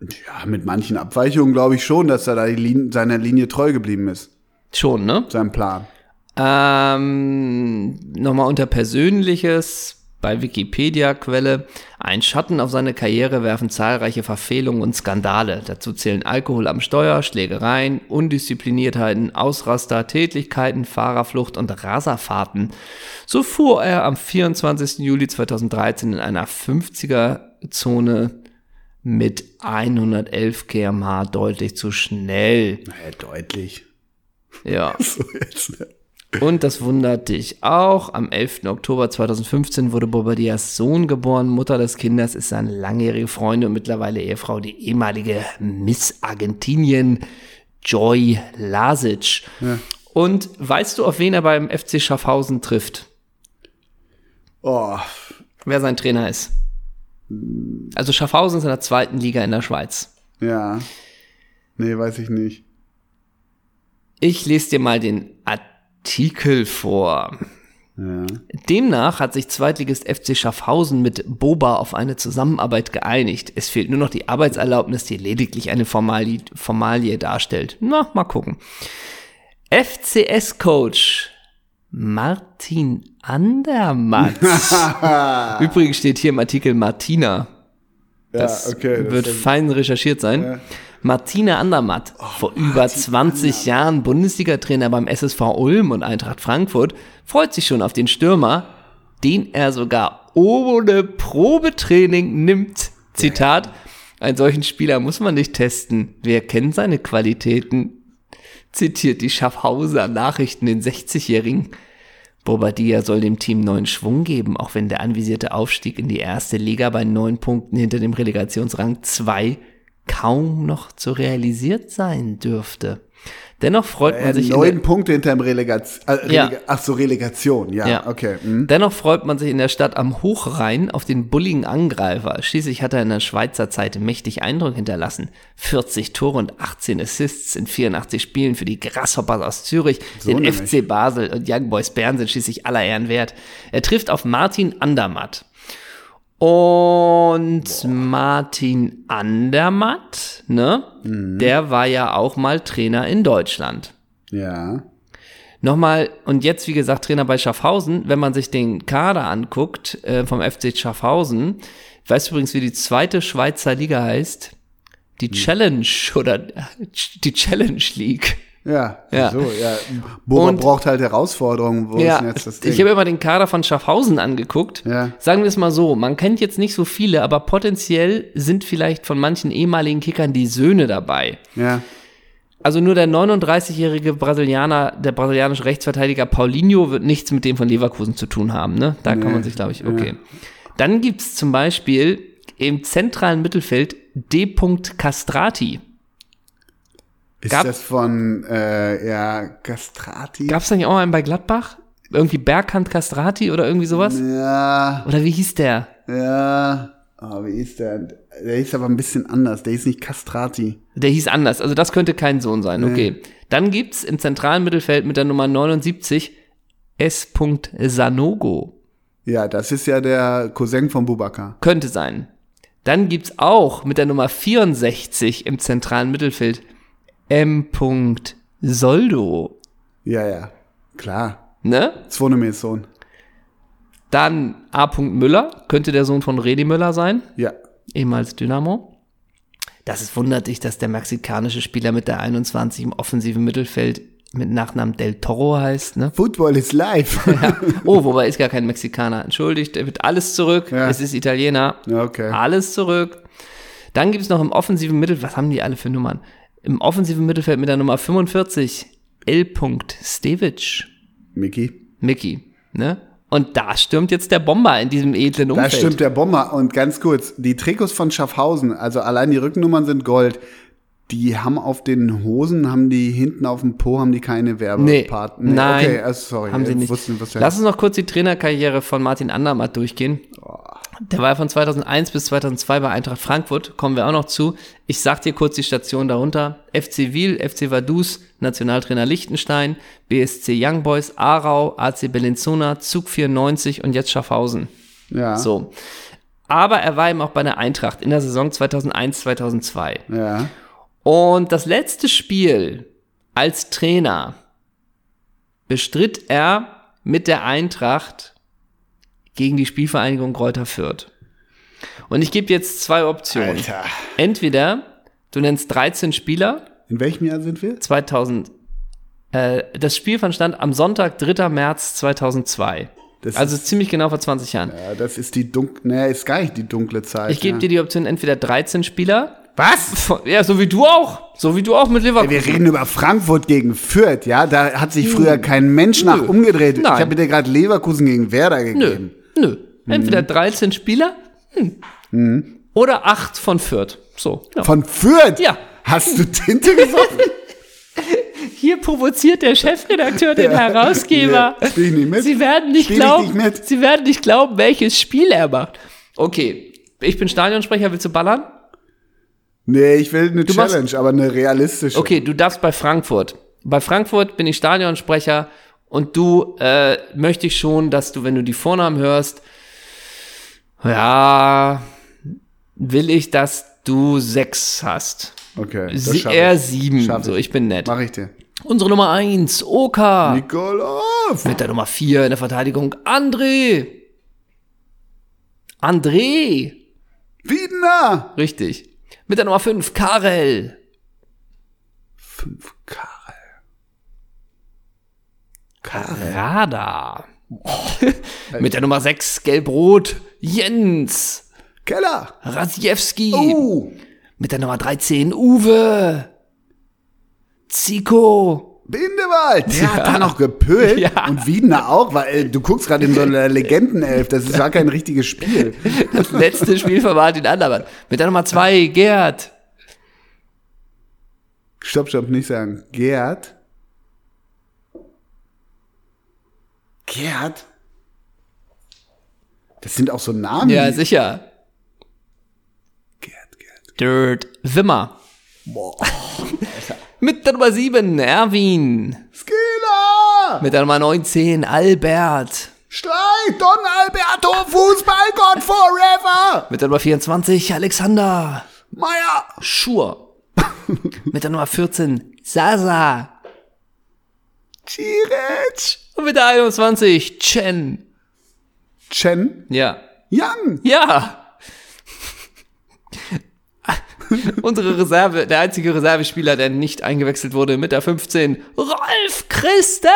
S1: Ja, mit manchen Abweichungen glaube ich schon, dass er da die Lin seiner Linie treu geblieben ist.
S2: Schon, ne?
S1: Seinem Plan.
S2: Ähm, nochmal unter Persönliches bei Wikipedia-Quelle. Ein Schatten auf seine Karriere werfen zahlreiche Verfehlungen und Skandale. Dazu zählen Alkohol am Steuer, Schlägereien, Undiszipliniertheiten, Ausraster, Tätlichkeiten, Fahrerflucht und Raserfahrten. So fuhr er am 24. Juli 2013 in einer 50er-Zone mit 111 km/h deutlich zu schnell.
S1: Naja, deutlich.
S2: Ja.
S1: So jetzt. ne?
S2: Und das wundert dich auch. Am 11. Oktober 2015 wurde Bobadillas Sohn geboren. Mutter des Kindes ist seine langjährige Freundin und mittlerweile Ehefrau, die ehemalige Miss Argentinien Joy Lasic. Und weißt du, auf wen er beim FC Schaffhausen trifft?
S1: Oh,
S2: Wer sein Trainer ist? Also Schaffhausen ist in der zweiten Liga in der Schweiz.
S1: ja. Nee, weiß ich nicht.
S2: Ich lese dir mal den Artikel vor.
S1: Ja.
S2: Demnach hat sich Zweitligist FC Schaffhausen mit Boba auf eine Zusammenarbeit geeinigt. Es fehlt nur noch die Arbeitserlaubnis, die lediglich eine Formalie, Formalie darstellt. Na, mal gucken. FCS-Coach Martin Andermatt. Übrigens steht hier im Artikel Martina. Das
S1: ja, okay.
S2: wird
S1: das-
S2: fein recherchiert sein. Martina Andermatt,
S1: Oh,
S2: vor über 20 Jahren Bundesliga-Trainer beim SSV Ulm und Eintracht Frankfurt, freut sich schon auf den Stürmer, den er sogar ohne Probetraining nimmt. Zitat, einen solchen Spieler muss man nicht testen. Wer kennt seine Qualitäten? Zitiert die Schaffhauser Nachrichten den 60-Jährigen. Bobadilla soll dem Team neuen Schwung geben, auch wenn der anvisierte Aufstieg in die erste Liga bei neun Punkten hinter dem Relegationsrang 2 kaum noch zu realisiert sein dürfte. Dennoch freut man
S1: Äh,
S2: sich. in der-
S1: neun Punkte hinterm Relegation. Äh,
S2: Ja.
S1: Relega Ach so, Relegation, ja.
S2: Ja.
S1: Okay. Hm.
S2: Dennoch freut man sich in der Stadt am Hochrhein auf den bulligen Angreifer. Schließlich hat er in der Schweizer Zeit mächtig Eindruck hinterlassen. 40 Tore und 18 Assists in 84 Spielen für die Grasshoppers aus Zürich, den
S1: nämlich.
S2: FC Basel und Young Boys Bern sind schließlich aller Ehren wert. Er trifft auf Martin Andermatt. Und Martin Andermatt, ne? Der war ja auch mal Trainer in Deutschland.
S1: Ja.
S2: Nochmal, und jetzt, wie gesagt, Trainer bei Schaffhausen, wenn man sich den Kader anguckt äh, vom FC Schaffhausen, weißt du übrigens, wie die zweite Schweizer Liga heißt? Die
S1: Hm.
S2: Challenge oder die Challenge League.
S1: Ja,
S2: Ja.
S1: so, ja. Boba
S2: Und-
S1: braucht halt Herausforderungen. Wo ist
S2: Ja,
S1: denn jetzt das Ding?
S2: ich habe immer den Kader von Schaffhausen angeguckt.
S1: Ja.
S2: Sagen wir es mal so, man kennt jetzt nicht so viele, aber potenziell sind vielleicht von manchen ehemaligen Kickern die Söhne dabei.
S1: ja.
S2: Also nur der 39-jährige Brasilianer, der brasilianische Rechtsverteidiger Paulinho wird nichts mit dem von Leverkusen zu tun haben, ne? Da kann man sich, glaube ich, okay. Dann gibt's zum Beispiel im zentralen Mittelfeld D. Castrati.
S1: Ist
S2: Gab-
S1: das von äh, ja, Castrati?
S2: Gab's da nicht auch einen bei Gladbach? Irgendwie Berghand Castrati oder irgendwie sowas?
S1: ja,
S2: Oder wie hieß der?
S1: ja. Oh, wie ist der? Der hieß aber ein bisschen anders. Der hieß nicht Castrati.
S2: Der hieß anders. Also das könnte kein Sohn sein, okay. Dann gibt's im zentralen Mittelfeld mit der Nummer 79 S. Sanogo.
S1: Ja, das ist ja der Cousin von Bubaka.
S2: Könnte sein. Dann gibt's auch mit der Nummer 64 im zentralen Mittelfeld M. Soldo.
S1: Ja, ja. Klar.
S2: Ne?
S1: Zwonemes Sohn.
S2: Dann A. Müller, könnte der Sohn von Redi Müller sein,
S1: Ja.
S2: ehemals Dynamo. Das ist wundert dich, dass der mexikanische Spieler mit der 21 im offensiven Mittelfeld mit Nachnamen Del Toro heißt, ne?
S1: Football is live.
S2: Oh, wobei ist gar kein Mexikaner. Entschuldigt, er wird alles zurück.
S1: Ja.
S2: Es ist Italiener.
S1: Ja, okay.
S2: Alles zurück. Dann gibt es noch im offensiven Mittelfeld, was haben die alle für Nummern? Im offensiven Mittelfeld mit der Nummer 45, L. Stevic,
S1: Mickey.
S2: Mickey, ne? Und da stürmt jetzt der Bomber in diesem edlen
S1: Da
S2: Umfeld.
S1: stimmt der Bomber. Und ganz kurz, die Trikots von Schaffhausen, also allein die Rückennummern sind Gold. Die haben auf den Hosen, haben die hinten auf dem Po, haben die keine
S2: Nee,
S1: Werbeparten.
S2: nein,
S1: Okay, äh, sorry.
S2: haben sie
S1: äh,
S2: nicht.
S1: Wussten, was
S2: Lass uns noch kurz die Trainerkarriere von Martin Andermatt durchgehen. Der war von 2001 bis 2002 bei Eintracht Frankfurt, kommen wir auch noch zu. Ich sag dir kurz die Station darunter. FC Wiel, FC Vaduz, Nationaltrainer Liechtenstein, BSC Young Boys, Aarau, AC Bellinzona, Zug 94 und jetzt Schaffhausen.
S1: ja.
S2: So. Aber er war eben auch bei der Eintracht in der Saison 2001, 2002.
S1: Ja.
S2: Und das letzte Spiel als Trainer bestritt er mit der Eintracht gegen die Spielvereinigung Kräuter Fürth. Und ich gebe jetzt zwei Optionen.
S1: Alter.
S2: Entweder du nennst 13 Spieler,
S1: In welchem Jahr sind wir?
S2: 2000. Äh, das Spiel fand stand am Sonntag, 3. März 2002.
S1: Das
S2: also ziemlich genau vor 20 Jahren.
S1: Ja, das ist die dunkle, ne, ist gar nicht die dunkle Zeit.
S2: ich gebe
S1: ja.
S2: dir die Option entweder 13 Spieler,
S1: Was?
S2: von- ja, so wie du auch, so wie du auch mit Leverkusen.
S1: Wir reden über Frankfurt gegen Fürth, ja? Da hat sich früher kein Mensch nach umgedreht. Ich
S2: Nein.
S1: habe dir gerade Leverkusen gegen Werder
S2: Nö,
S1: gegeben.
S2: nö.
S1: Mhm.
S2: Entweder 13 Spieler hm. oder 8 von Fürth. So. genau. Ja.
S1: Von Fürth?
S2: Ja.
S1: Hast du Tinte gesoffen?
S2: Hier provoziert der Chefredakteur den Herausgeber.
S1: Nee, spiel ich nicht mit.
S2: Sie werden nicht
S1: Spiel ich
S2: glauben,
S1: nicht mit.
S2: Sie werden nicht glauben, welches Spiel er macht. Okay, ich bin Stadionsprecher, willst du ballern?
S1: Nee, ich will eine
S2: machst-
S1: Challenge, aber eine realistische.
S2: Okay, du darfst bei Frankfurt. Bei Frankfurt bin ich Stadionsprecher und du äh, möchte ich schon, dass du, wenn du die Vornamen hörst, ja, will ich, dass du sechs hast.
S1: Okay, das
S2: Sie,
S1: schaff
S2: er
S1: ich.
S2: sieben.
S1: Schaff
S2: So, ich bin nett.
S1: Mach ich dir.
S2: Unsere Nummer eins, Oka.
S1: Nikolov!
S2: Mit der Nummer vier in der Verteidigung, André. André.
S1: Wiedner!
S2: Richtig. Mit der Nummer fünf, Karel.
S1: Fünf Karl.
S2: Rada. Mit der Nummer 6 Gelb-Rot Jens
S1: Keller!
S2: Rasjewski.
S1: Oh!
S2: Mit der Nummer 13 Uwe Zico.
S1: Bindewald! Der hat da noch gepölt
S2: Ja.
S1: und Wiedner auch, weil äh, du guckst gerade in so einer Legendenelf, das ist gar kein richtiges Spiel.
S2: Das letzte Spiel von Martin Andermann. Mit der Nummer 2 Gerd
S1: Stopp, stopp, nicht sagen. Gerd. Gerd? Das sind auch so Namen.
S2: Ja, sicher.
S1: Gerd, Gerd.
S2: Dirt Wimmer.
S1: Boah.
S2: Mit der Nummer 7, Erwin.
S1: Skila!
S2: Mit der Nummer 19, Albert.
S1: Streich, Don Alberto, Fußballgott forever!
S2: Mit der Nummer 24, Alexander.
S1: Meier!
S2: Schur. Mit der Nummer 14, Sasa.
S1: Ciric!
S2: Und mit der 21, Chen.
S1: Chen?
S2: Ja.
S1: Yang!
S2: Ja. Unsere Reserve, der einzige Reservespieler, der nicht eingewechselt wurde, mit der 15, Rolf Christel.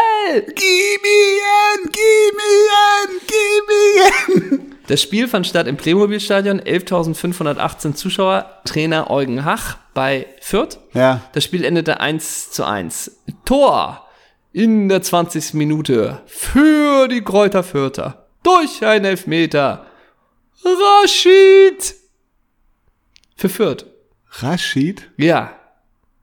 S1: Gib mir ihn! Gib mir ihn! Gib mir ihn!
S2: Das Spiel fand statt im Playmobil-Stadion, 11.518 Zuschauer, Trainer Eugen Hach bei Fürth.
S1: Ja.
S2: Das Spiel endete 1 zu 1. Tor in der 20. Minute für die Kräuter Fürther. Durch einen Elfmeter. Rashid! Für Fürth.
S1: Rashid?
S2: Ja.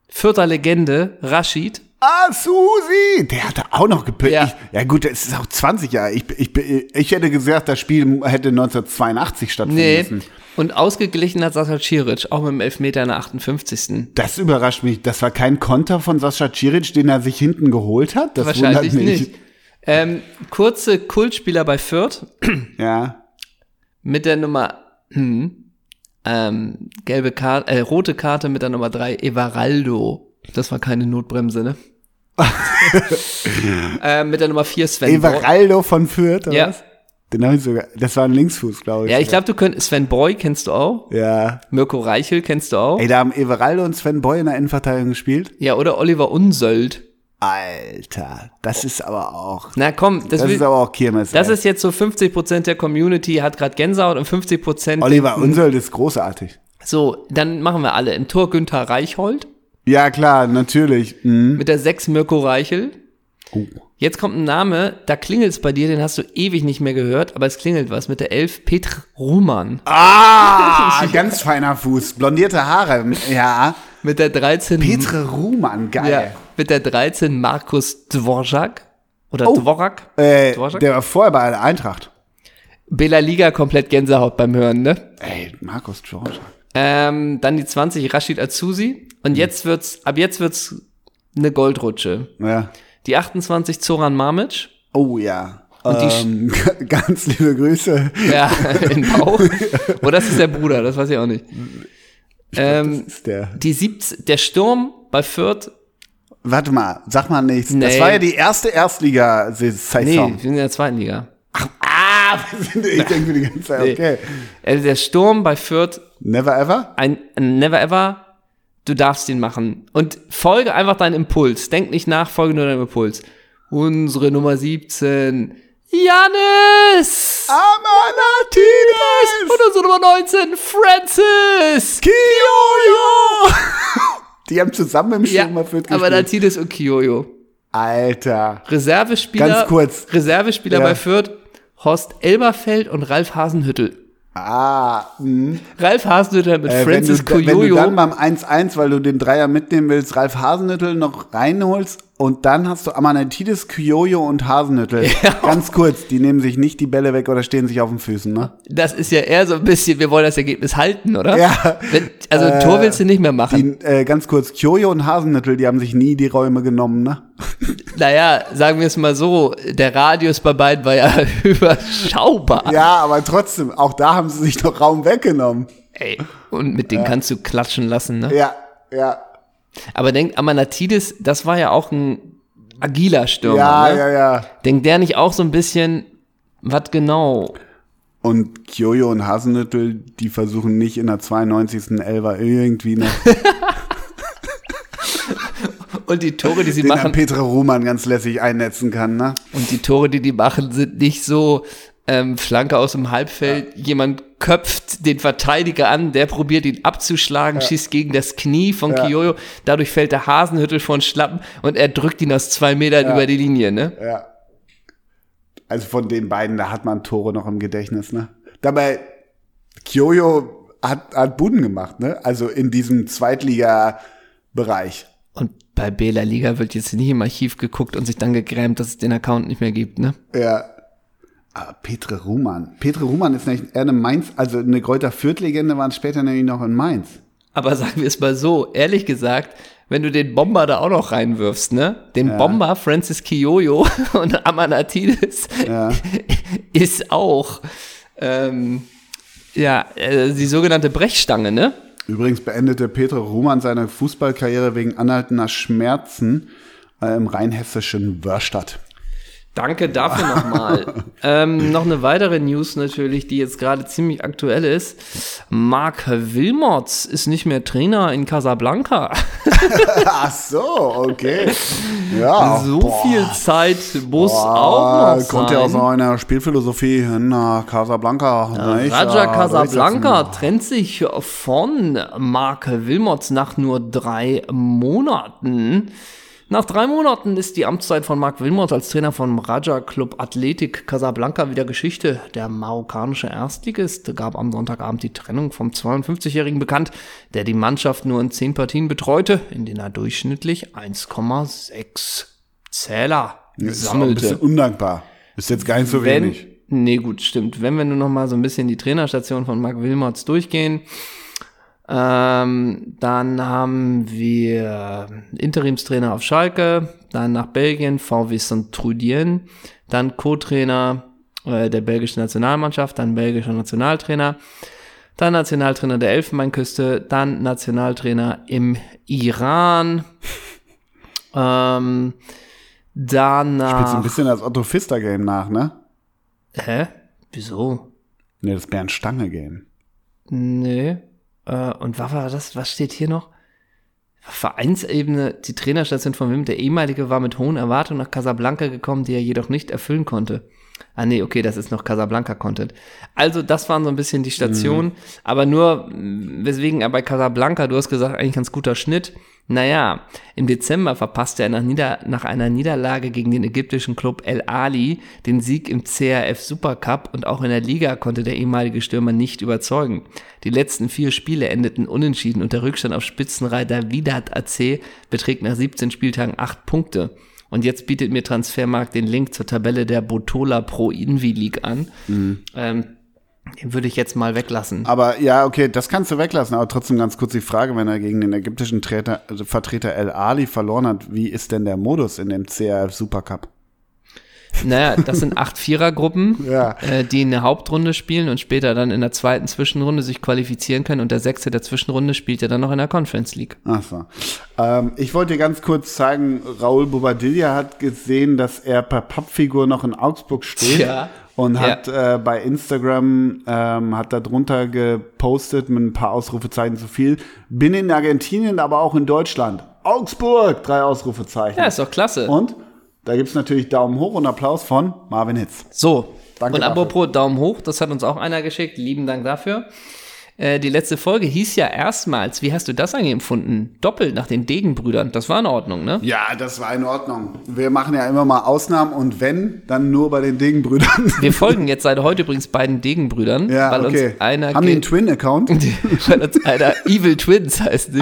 S2: Fürther Legende, Rashid.
S1: Ah, Susi! Der hatte auch noch gepickt.
S2: Ja.
S1: Ja. ja, gut, es ist auch 20 Jahre. Ich, ich, ich hätte gesagt, das Spiel hätte 1982 stattfinden
S2: Nee.
S1: müssen.
S2: Und ausgeglichen hat Sascha Ciric, auch mit dem Elfmeter in der 58.
S1: Das überrascht mich. Das war kein Konter von Sascha Ciric, den er sich hinten geholt hat. Das
S2: Wahrscheinlich
S1: wundert mich.
S2: nicht. Ähm, kurze Kultspieler bei Fürth
S1: Ja.
S2: mit der Nummer hm, ähm, gelbe Karte, äh, rote Karte mit der Nummer 3, Everaldo. Das war keine Notbremse, ne? äh, mit der Nummer 4, Sven Boy.
S1: Everaldo von Fürth. oder
S2: Ja.
S1: was? Den hab ich sogar. Das war ein Linksfuß, glaube ich.
S2: ja, ich glaube, du könntest, Sven Boy kennst du auch.
S1: Ja.
S2: Mirko Reichel kennst du auch.
S1: Ey, da haben Everaldo und Sven Boy in der Innenverteidigung gespielt.
S2: Ja, oder Oliver Unsöld.
S1: Alter, das ist aber auch.
S2: Na komm, das,
S1: Das
S2: will,
S1: ist aber auch Kirmes.
S2: das
S1: ey.
S2: ist jetzt so 50% der Community hat gerade Gänsehaut und 50%
S1: Oliver Unsold ist großartig.
S2: So, dann machen wir alle. Im Tor Günther Reichhold.
S1: Ja, klar, natürlich. Mhm.
S2: Mit der 6 Mirko Reichel.
S1: Oh.
S2: Jetzt kommt ein Name, da klingelt's bei dir, den hast du ewig nicht mehr gehört, aber es klingelt was. Mit der 11 Petr Ruhmann.
S1: Ah, ganz feiner Fuß, blondierte Haare. Ja,
S2: Mit der 13
S1: Petre Ruhmann,
S2: ja,
S1: geil.
S2: Mit der 13 Markus Dvorak. Oder Dvorak.
S1: Äh,
S2: Dvorak?
S1: der war vorher bei der Eintracht.
S2: Bela Liga komplett Gänsehaut beim Hören, ne?
S1: Ey, Markus George.
S2: Ähm, dann die 20 Rashid Azusi. Und jetzt wird's, ab jetzt wird's eine Goldrutsche.
S1: Ja.
S2: Die 28 Zoran Mamic.
S1: Oh ja.
S2: Und die
S1: ähm, g- ganz liebe Grüße.
S2: Ja, in den Bauch. Oder das ist der Bruder, das weiß ich auch nicht. Ähm,
S1: Ist der.
S2: die 17, der Sturm bei Fürth,
S1: Warte mal, sag mal nichts.
S2: Nee.
S1: Das war ja die erste
S2: nee,
S1: Erstliga-Saison.
S2: wir sind in der zweiten Liga.
S1: Ah, wir sind ich denke die ganze Zeit,
S2: Nee.
S1: okay.
S2: Äh, der Sturm bei Fürth,
S1: Never ever?
S2: ein ein Never Ever, du darfst ihn machen. Und folge einfach deinem Impuls. Denk nicht nach, folge nur deinem Impuls. Unsere Nummer 17, Janis!
S1: Amanatides!
S2: Und unsere Nummer 19, Francis!
S1: Kiyoyo! Die haben zusammen im
S2: Ja,
S1: Sturm mal Fürth
S2: aber
S1: gespielt.
S2: Natidis und Kyoyo.
S1: Alter.
S2: Reservespieler.
S1: Ganz kurz.
S2: Reservespieler
S1: Ja.
S2: bei Fürth, Horst Elberfeld und Ralf Hasenhüttel.
S1: Ah, mh.
S2: Ralf Hasenhüttel mit
S1: Äh, wenn, du,
S2: Francis
S1: wenn du dann
S2: Coyoyo.
S1: beim 1-1, weil du den Dreier mitnehmen willst, Ralf Hasenhüttel noch reinholst und dann hast du Amanatides, Kyoyo und Hasenhüttel. Ganz kurz, die nehmen sich nicht die Bälle weg oder stehen sich auf den Füßen, ne?
S2: Das ist ja eher so ein bisschen, wir wollen das Ergebnis halten, oder?
S1: Ja. Äh,
S2: Wenn, also ein Tor willst du nicht mehr machen.
S1: Die, äh, ganz kurz, Kyoyo und Hasenhüttel, die haben sich nie die Räume genommen, ne?
S2: Naja, sagen wir es mal so, der Radius bei beiden war ja überschaubar.
S1: Ja, aber trotzdem, auch da haben sie sich noch Raum weggenommen.
S2: Ey, und mit denen kannst du klatschen lassen, ne?
S1: Ja, ja.
S2: Aber denkt Amanatidis, das war ja auch ein agiler Stürmer,
S1: Ja,
S2: ne?
S1: ja, ja.
S2: Denkt der nicht auch so ein bisschen, was genau?
S1: Und Kyoyo und Hasenhüttel, die versuchen nicht in der 92. Elfer irgendwie noch
S2: Und die Tore, die sie
S1: den
S2: machen,
S1: an Petra Ruhmann ganz lässig einnetzen kann, ne?
S2: Und die Tore, die die machen, sind nicht so ähm, Flanke aus dem Halbfeld. Jemand köpft den Verteidiger an, der probiert ihn abzuschlagen, schießt gegen das Knie von
S1: Ja.
S2: Kiyoyo. Dadurch fällt der Hasenhüttel von Schlappen und er drückt ihn aus zwei Metern über die Linie. Ne?
S1: Ja. Also von den beiden, da hat man Tore noch im Gedächtnis, ne? Dabei, Kyoyo hat, hat Buden gemacht, ne? Also in diesem Zweitliga-Bereich.
S2: Und bei Bela Liga wird jetzt nicht im Archiv geguckt und sich dann gegrämt, dass es den Account nicht mehr gibt, ne?
S1: Ja. Aber Petre Ruhmann. Petre Ruhmann ist nämlich eher eine Mainz, also eine Kräuter Fürth-Legende waren später nämlich noch in Mainz.
S2: Aber sagen wir es mal so, ehrlich gesagt, wenn du den Bomber da auch noch reinwirfst, ne? Den
S1: Ja.
S2: Bomber Francis Kiyoyo und Amanatidis
S1: Ja.
S2: ist auch ähm, ja äh, die sogenannte Brechstange, ne?
S1: Übrigens beendete Petre Ruhmann seine Fußballkarriere wegen anhaltender Schmerzen äh, im rheinhessischen Wörstadt.
S2: Danke dafür nochmal. ähm, noch eine weitere News natürlich, die jetzt gerade ziemlich aktuell ist. Mark Wilmots ist nicht mehr Trainer in Casablanca.
S1: Ach so, okay. Ja.
S2: so
S1: boah.
S2: viel Zeit muss auch
S1: Ah,
S2: noch
S1: kommt
S2: sein.
S1: ja aus einer Spielphilosophie nach Casablanca. ne, ich,
S2: Raja
S1: äh,
S2: Casablanca
S1: durchsetzen.
S2: trennt sich von Mark Wilmots nach nur drei Monaten. Nach drei Monaten ist die Amtszeit von Mark Wilmot als Trainer vom Raja Club Athletic Casablanca wieder Geschichte. Der marokkanische Erstligist gab am Sonntagabend die Trennung vom 52-Jährigen bekannt, der die Mannschaft nur in zehn Partien betreute, in denen er durchschnittlich 1,6 Zähler
S1: Ist auch ein
S2: sammelte.
S1: bisschen undankbar. Ist jetzt gar nicht so
S2: Wenn,
S1: wenig.
S2: nee, gut, stimmt. Wenn wir nur noch mal so ein bisschen die Trainerstation von Mark Wilmots durchgehen, ähm, dann haben wir Interimstrainer auf Schalke, dann nach Belgien, VW Saint-Trudien, dann Co-Trainer äh, der belgischen Nationalmannschaft, dann belgischer Nationaltrainer, dann Nationaltrainer der Elfenbeinküste, dann Nationaltrainer im Iran, ähm,
S1: Spielt so ein
S2: danach...
S1: bisschen das Otto Pfister Game nach, ne?
S2: Hä? Wieso?
S1: Ne, das Bernd Stange Game.
S2: Nee. Äh, und was war das? Was steht hier noch? Vereinsebene, die Trainerstation von Wim, der ehemalige war mit hohen Erwartungen nach Casablanca gekommen, die er jedoch nicht erfüllen konnte. Ah nee, okay, das ist noch Casablanca-Content. Also das waren so ein bisschen die Stationen, aber nur, mh, weswegen er bei Casablanca, du hast gesagt, eigentlich ganz guter Schnitt. Naja, im Dezember verpasste er nach, Nieder nach einer Niederlage gegen den ägyptischen Club El Ali den Sieg im CRF Supercup und auch in der Liga konnte der ehemalige Stürmer nicht überzeugen. Die letzten vier Spiele endeten unentschieden und der Rückstand auf Spitzenreiter Widat AC beträgt nach 17 Spieltagen 8 Punkte. Und jetzt bietet mir Transfermarkt den Link zur Tabelle der Botola Pro Invi League an. Ähm, den würde ich jetzt mal weglassen.
S1: Aber ja, okay, das kannst du weglassen. Aber trotzdem ganz kurz die Frage, wenn er gegen den ägyptischen Träter, also Vertreter El Ali verloren hat, wie ist denn der Modus in dem CRF Supercup?
S2: Naja, das sind acht Vierergruppen,
S1: Ja.
S2: äh, die in der Hauptrunde spielen und später dann in der zweiten Zwischenrunde sich qualifizieren können. Und der Sechste der Zwischenrunde spielt ja dann noch in der Conference League.
S1: Ach so. Ähm, ich wollte dir ganz kurz zeigen, Raul Bobadilla hat gesehen, dass er per Pappfigur noch in Augsburg steht.
S2: Ja.
S1: Und
S2: Ja.
S1: hat äh, bei Instagram, ähm, hat da drunter gepostet mit ein paar Ausrufezeichen zu viel. Bin in Argentinien, aber auch in Deutschland. Augsburg! Drei Ausrufezeichen.
S2: Ja, ist doch klasse.
S1: Und da gibt's natürlich Daumen hoch und Applaus von Marvin Hitz.
S2: So.
S1: Danke
S2: und
S1: dafür.
S2: apropos Daumen hoch, das hat uns auch einer geschickt. Lieben Dank dafür. Äh, die letzte Folge hieß ja erstmals, wie hast du das eigentlich empfunden? Doppelt nach den Degenbrüdern. Das war in Ordnung, ne?
S1: Ja, das war in Ordnung. Wir machen ja immer mal Ausnahmen und wenn, dann nur bei den Degenbrüdern.
S2: Wir folgen jetzt seit heute übrigens beiden Degenbrüdern,
S1: Ja,
S2: weil
S1: okay.
S2: uns einer
S1: Haben die
S2: ge-
S1: einen Twin-Account?
S2: weil uns einer Evil Twins heißt sie.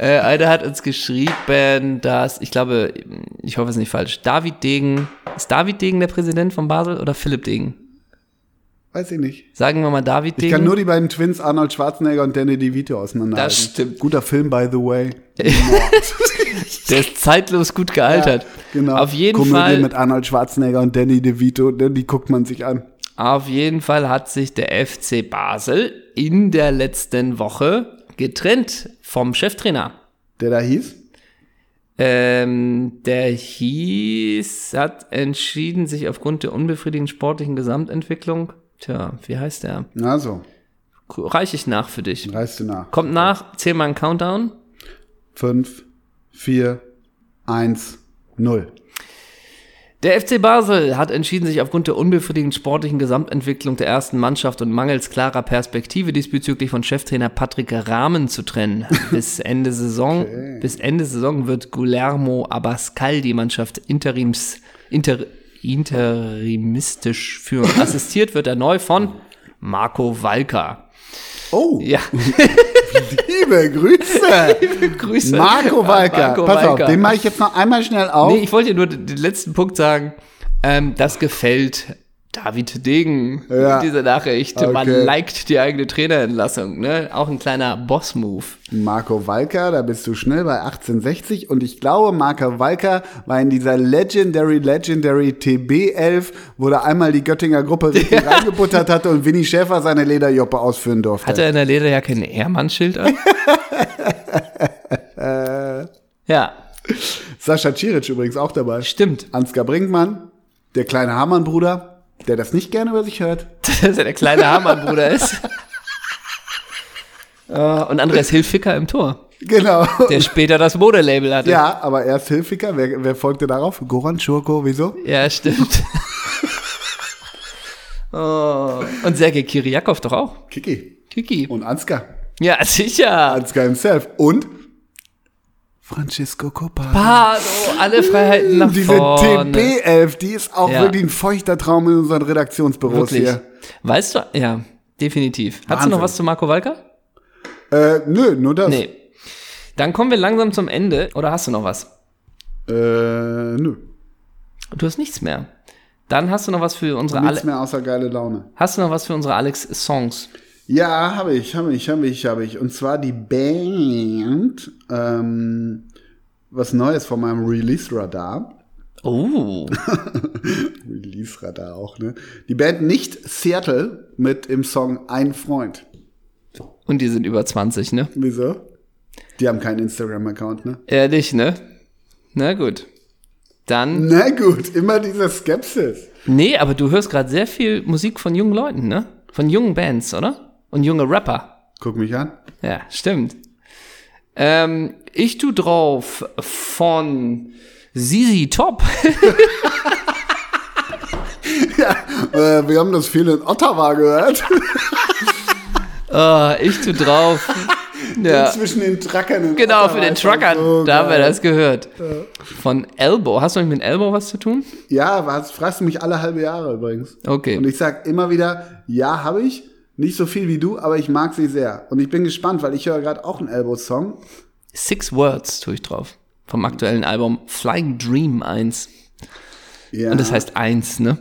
S2: Äh, einer hat uns geschrieben, dass, ich glaube, ich hoffe es ist nicht falsch, David Degen, ist David Degen der Präsident von Basel oder Philipp Degen?
S1: Weiß ich nicht.
S2: Sagen wir mal David Degen.
S1: Ich kann nur die beiden Twins Arnold Schwarzenegger und Danny DeVito auseinanderhalten.
S2: Das stimmt.
S1: Guter Film, by the way.
S2: der ist zeitlos gut gealtert.
S1: Genau.
S2: Halt. Auf jeden
S1: Komödie
S2: Fall.
S1: mit Arnold Schwarzenegger und Danny DeVito, ne, die guckt man sich an.
S2: Auf jeden Fall hat sich der FC Basel in der letzten Woche getrennt vom Cheftrainer.
S1: Der da hieß?
S2: Ähm, der hieß, hat entschieden, sich aufgrund der unbefriedigenden sportlichen Gesamtentwicklung, tja, wie heißt der?
S1: Na so,
S2: Reich ich nach für dich.
S1: reißt du nach.
S2: Kommt nach, zähl mal einen Countdown.
S1: Fünf, vier, eins, null.
S2: Der FC Basel hat entschieden, sich aufgrund der unbefriedigenden sportlichen Gesamtentwicklung der ersten Mannschaft und mangels klarer Perspektive diesbezüglich von Cheftrainer Patrick Rahmen zu trennen. Bis Ende Saison, bis Ende Saison wird Guillermo Abascal die Mannschaft interims, inter, interimistisch führen. Assistiert wird er neu von Marco Walker.
S1: Oh,
S2: Ja.
S1: wie Liebe Grüße.
S2: Grüße.
S1: Marco
S2: an
S1: Walker.
S2: Marco
S1: Pass auf,
S2: Walker.
S1: den mache ich jetzt noch einmal schnell auf.
S2: Nee, ich wollte dir nur den letzten Punkt sagen. Ähm, das gefällt David Degen,
S1: Ja.
S2: diese Nachricht. Man
S1: Okay.
S2: liked die eigene Trainerentlassung. Ne? Auch ein kleiner Boss-Move.
S1: Marco Walker, da bist du schnell bei 1860 und ich glaube, Marco Walker war in dieser Legendary, Legendary TB11, wo da einmal die Göttinger Gruppe richtig reingebuttert hatte und Winnie Schäfer seine Lederjoppe ausführen durfte.
S2: Hat er in der Lederjacke ein Ehrmann-Schild an? ja,
S1: Sascha Ciric übrigens auch dabei.
S2: stimmt.
S1: Ansgar Brinkmann, der kleine Hamann-Bruder, der das nicht gerne über sich hört.
S2: Dass er der kleine Hamann-Bruder ist. Äh, Und Andreas Hilfiger im Tor,
S1: Genau.
S2: der später das Modelabel hatte.
S1: Ja, aber er ist Hilfiger. Wer, wer folgte darauf? Goran Schurko, wieso?
S2: Ja, stimmt. oh. Und Sergei Kiriakov doch auch.
S1: Kiki.
S2: Kiki.
S1: Und Ansgar.
S2: Ja, sicher.
S1: Ansgar himself. Und Francisco Coppa.
S2: Bardo, alle Freiheiten nach
S1: Diese
S2: vorne.
S1: TB11, die ist auch
S2: Ja.
S1: wirklich ein feuchter Traum in unseren Redaktionsbüros
S2: Wirklich.
S1: hier.
S2: Weißt du, ja, definitiv. Hast du
S1: Wahnsinn.
S2: noch was zu Marco Walker?
S1: Äh, nö, nur das.
S2: Nee. Dann kommen wir langsam zum Ende. Oder hast du noch was?
S1: Äh, nö.
S2: Du hast nichts mehr. Dann hast du noch was für unsere
S1: Nichts
S2: Ale
S1: mehr außer geile Laune.
S2: Hast du noch was für unsere Alex Songs?
S1: Ja, habe ich, habe ich, habe ich, habe ich. Und zwar die Band, ähm, was Neues von meinem Release-Radar.
S2: Oh.
S1: Release-Radar auch, ne? Die Band nicht Seattle mit im Song Ein Freund.
S2: Und die sind über 20, ne?
S1: Wieso? Die haben keinen Instagram-Account, ne?
S2: Ehrlich, ne? Na gut. Dann
S1: Na gut, immer diese Skepsis.
S2: Nee, aber du hörst gerade sehr viel Musik von jungen Leuten, ne? Von jungen Bands, oder? Und junge Rapper.
S1: Guck mich an.
S2: Ja, stimmt. Ähm, ich tu drauf von Sisi Top.
S1: Äh, wir haben das viel in Ottawa gehört.
S2: Ah, ich tu drauf. ja,
S1: Zwischen den Truckern. in
S2: genau,
S1: Ottawa
S2: für den
S1: ist das
S2: Truckern.
S1: so
S2: da haben wir
S1: geil.
S2: das gehört. Von Elbow. Hast du eigentlich mit Elbow was zu tun?
S1: Ja, was, fragst du mich alle halbe Jahre übrigens.
S2: Okay.
S1: Und ich sag immer wieder, ja, habe ich. Nicht so viel wie du, aber ich mag sie sehr. Und ich bin gespannt, weil ich höre gerade auch einen Elbow-Song.
S2: Six Words tu ich drauf. Vom aktuellen Album Flying Dream 1.
S1: Ja,
S2: Und das heißt 1, ne?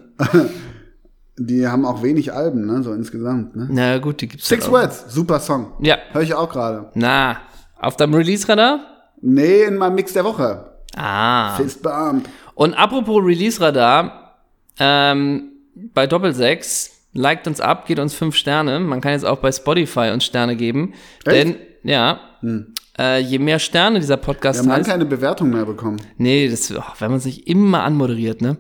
S1: die haben auch wenig Alben, ne, so insgesamt, ne?
S2: Na gut, die gibt's
S1: Six
S2: halt auch.
S1: Words, super Song.
S2: Ja.
S1: Hör ich auch gerade.
S2: Na, auf deinem Release-Radar?
S1: Nee, in meinem Mix der Woche.
S2: Ah.
S1: Fist Bump.
S2: Und apropos Release-Radar, ähm, bei Doppelsechs, liked uns ab, geht uns fünf Sterne. Man kann jetzt auch bei Spotify uns Sterne geben. Denn, ja,
S1: Hm.
S2: äh, je mehr Sterne dieser
S1: Wir
S2: Podcast
S1: haben lange
S2: heißt,
S1: keine Bewertung mehr bekommen.
S2: nee, das, oh, wenn man es nicht immer anmoderiert, ne?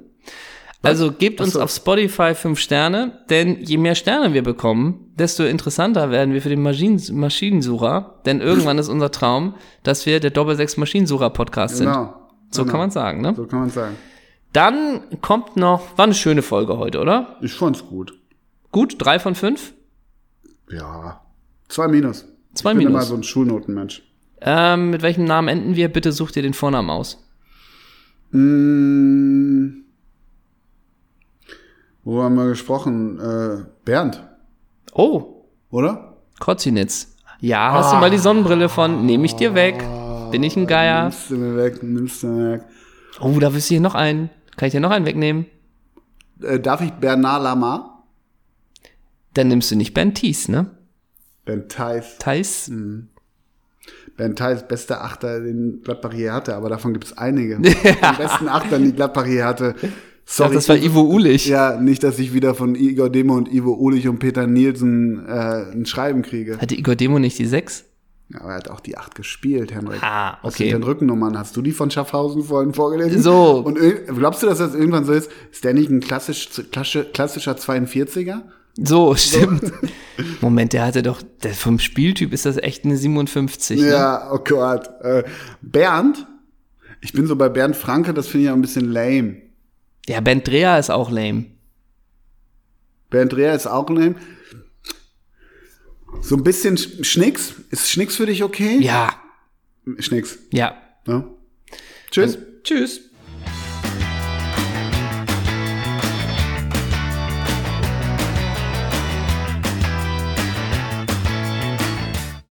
S2: Also gebt uns
S1: so.
S2: auf Spotify fünf Sterne, denn je mehr Sterne wir bekommen, desto interessanter werden wir für den Maschinen Maschinensucher. Denn irgendwann ist unser Traum, dass wir der Doppelsechs Maschinensucher Podcast sind.
S1: Genau.
S2: So kann man sagen, ne?
S1: So kann man sagen.
S2: Dann kommt noch, war eine schöne Folge heute, oder?
S1: Ich fand's gut.
S2: Gut, drei von fünf.
S1: Ja. Zwei Minus.
S2: Zwei
S1: ich bin
S2: Minus.
S1: immer so ein Schulnotenmensch.
S2: Ähm, mit welchem Namen enden wir? Bitte such dir den Vornamen aus.
S1: Mm. Wo haben wir gesprochen? Äh, Bernd,
S2: Oh,
S1: oder?
S2: Kotzinitz. Ja, hast
S1: Ah.
S2: du mal die Sonnenbrille von? Nehme ich dir weg. Bin ich ein Geier?
S1: Nimmst du mir weg, nimmst du mir weg.
S2: Oh, da wüsste ich noch einen. Kann ich dir noch einen wegnehmen?
S1: Äh, darf ich Bernard Lamar?
S2: Dann nimmst du nicht Ben Thies, ne?
S1: Ben Theis.
S2: Thais?
S1: Hm. Ben Theis, bester Achter, den Gladbach je hatte, aber davon gibt es einige. Den besten Achtern, die Gladbach je hatte.
S2: Ach,
S1: Sorry.
S2: das war Ivo Ulich.
S1: ja, nicht, dass ich wieder von Igor Demo und Ivo Ulich und Peter Nielsen äh, ein Schreiben kriege.
S2: Hatte Igor Demo nicht die sechs?
S1: Ja, Aber er hat auch die Acht gespielt, Henrik.
S2: Ah,
S1: Was
S2: okay.
S1: sind denn Rückennummern? Hast du die von Schaffhausen vorhin vorgelesen?
S2: So.
S1: Und ir- glaubst du, dass das irgendwann so ist? Ist der nicht ein klassisch, klassischer, klassischer 42er?
S2: So, stimmt. Moment, der hatte doch, der vom Spieltyp ist das echt eine 57. Ne?
S1: Ja, oh Gott. Äh, Bernd? Ich bin so bei Bernd Franke, das finde ich auch ein bisschen lame.
S2: Ja, Ben Dreher ist auch lame.
S1: Bernd Dreher ist auch lame. So ein bisschen Sch- Schnicks. Ist Schnicks für dich okay?
S2: Ja,
S1: Schnicks.
S2: ja.
S1: Ne? Tschüss.
S2: Also Tschüss.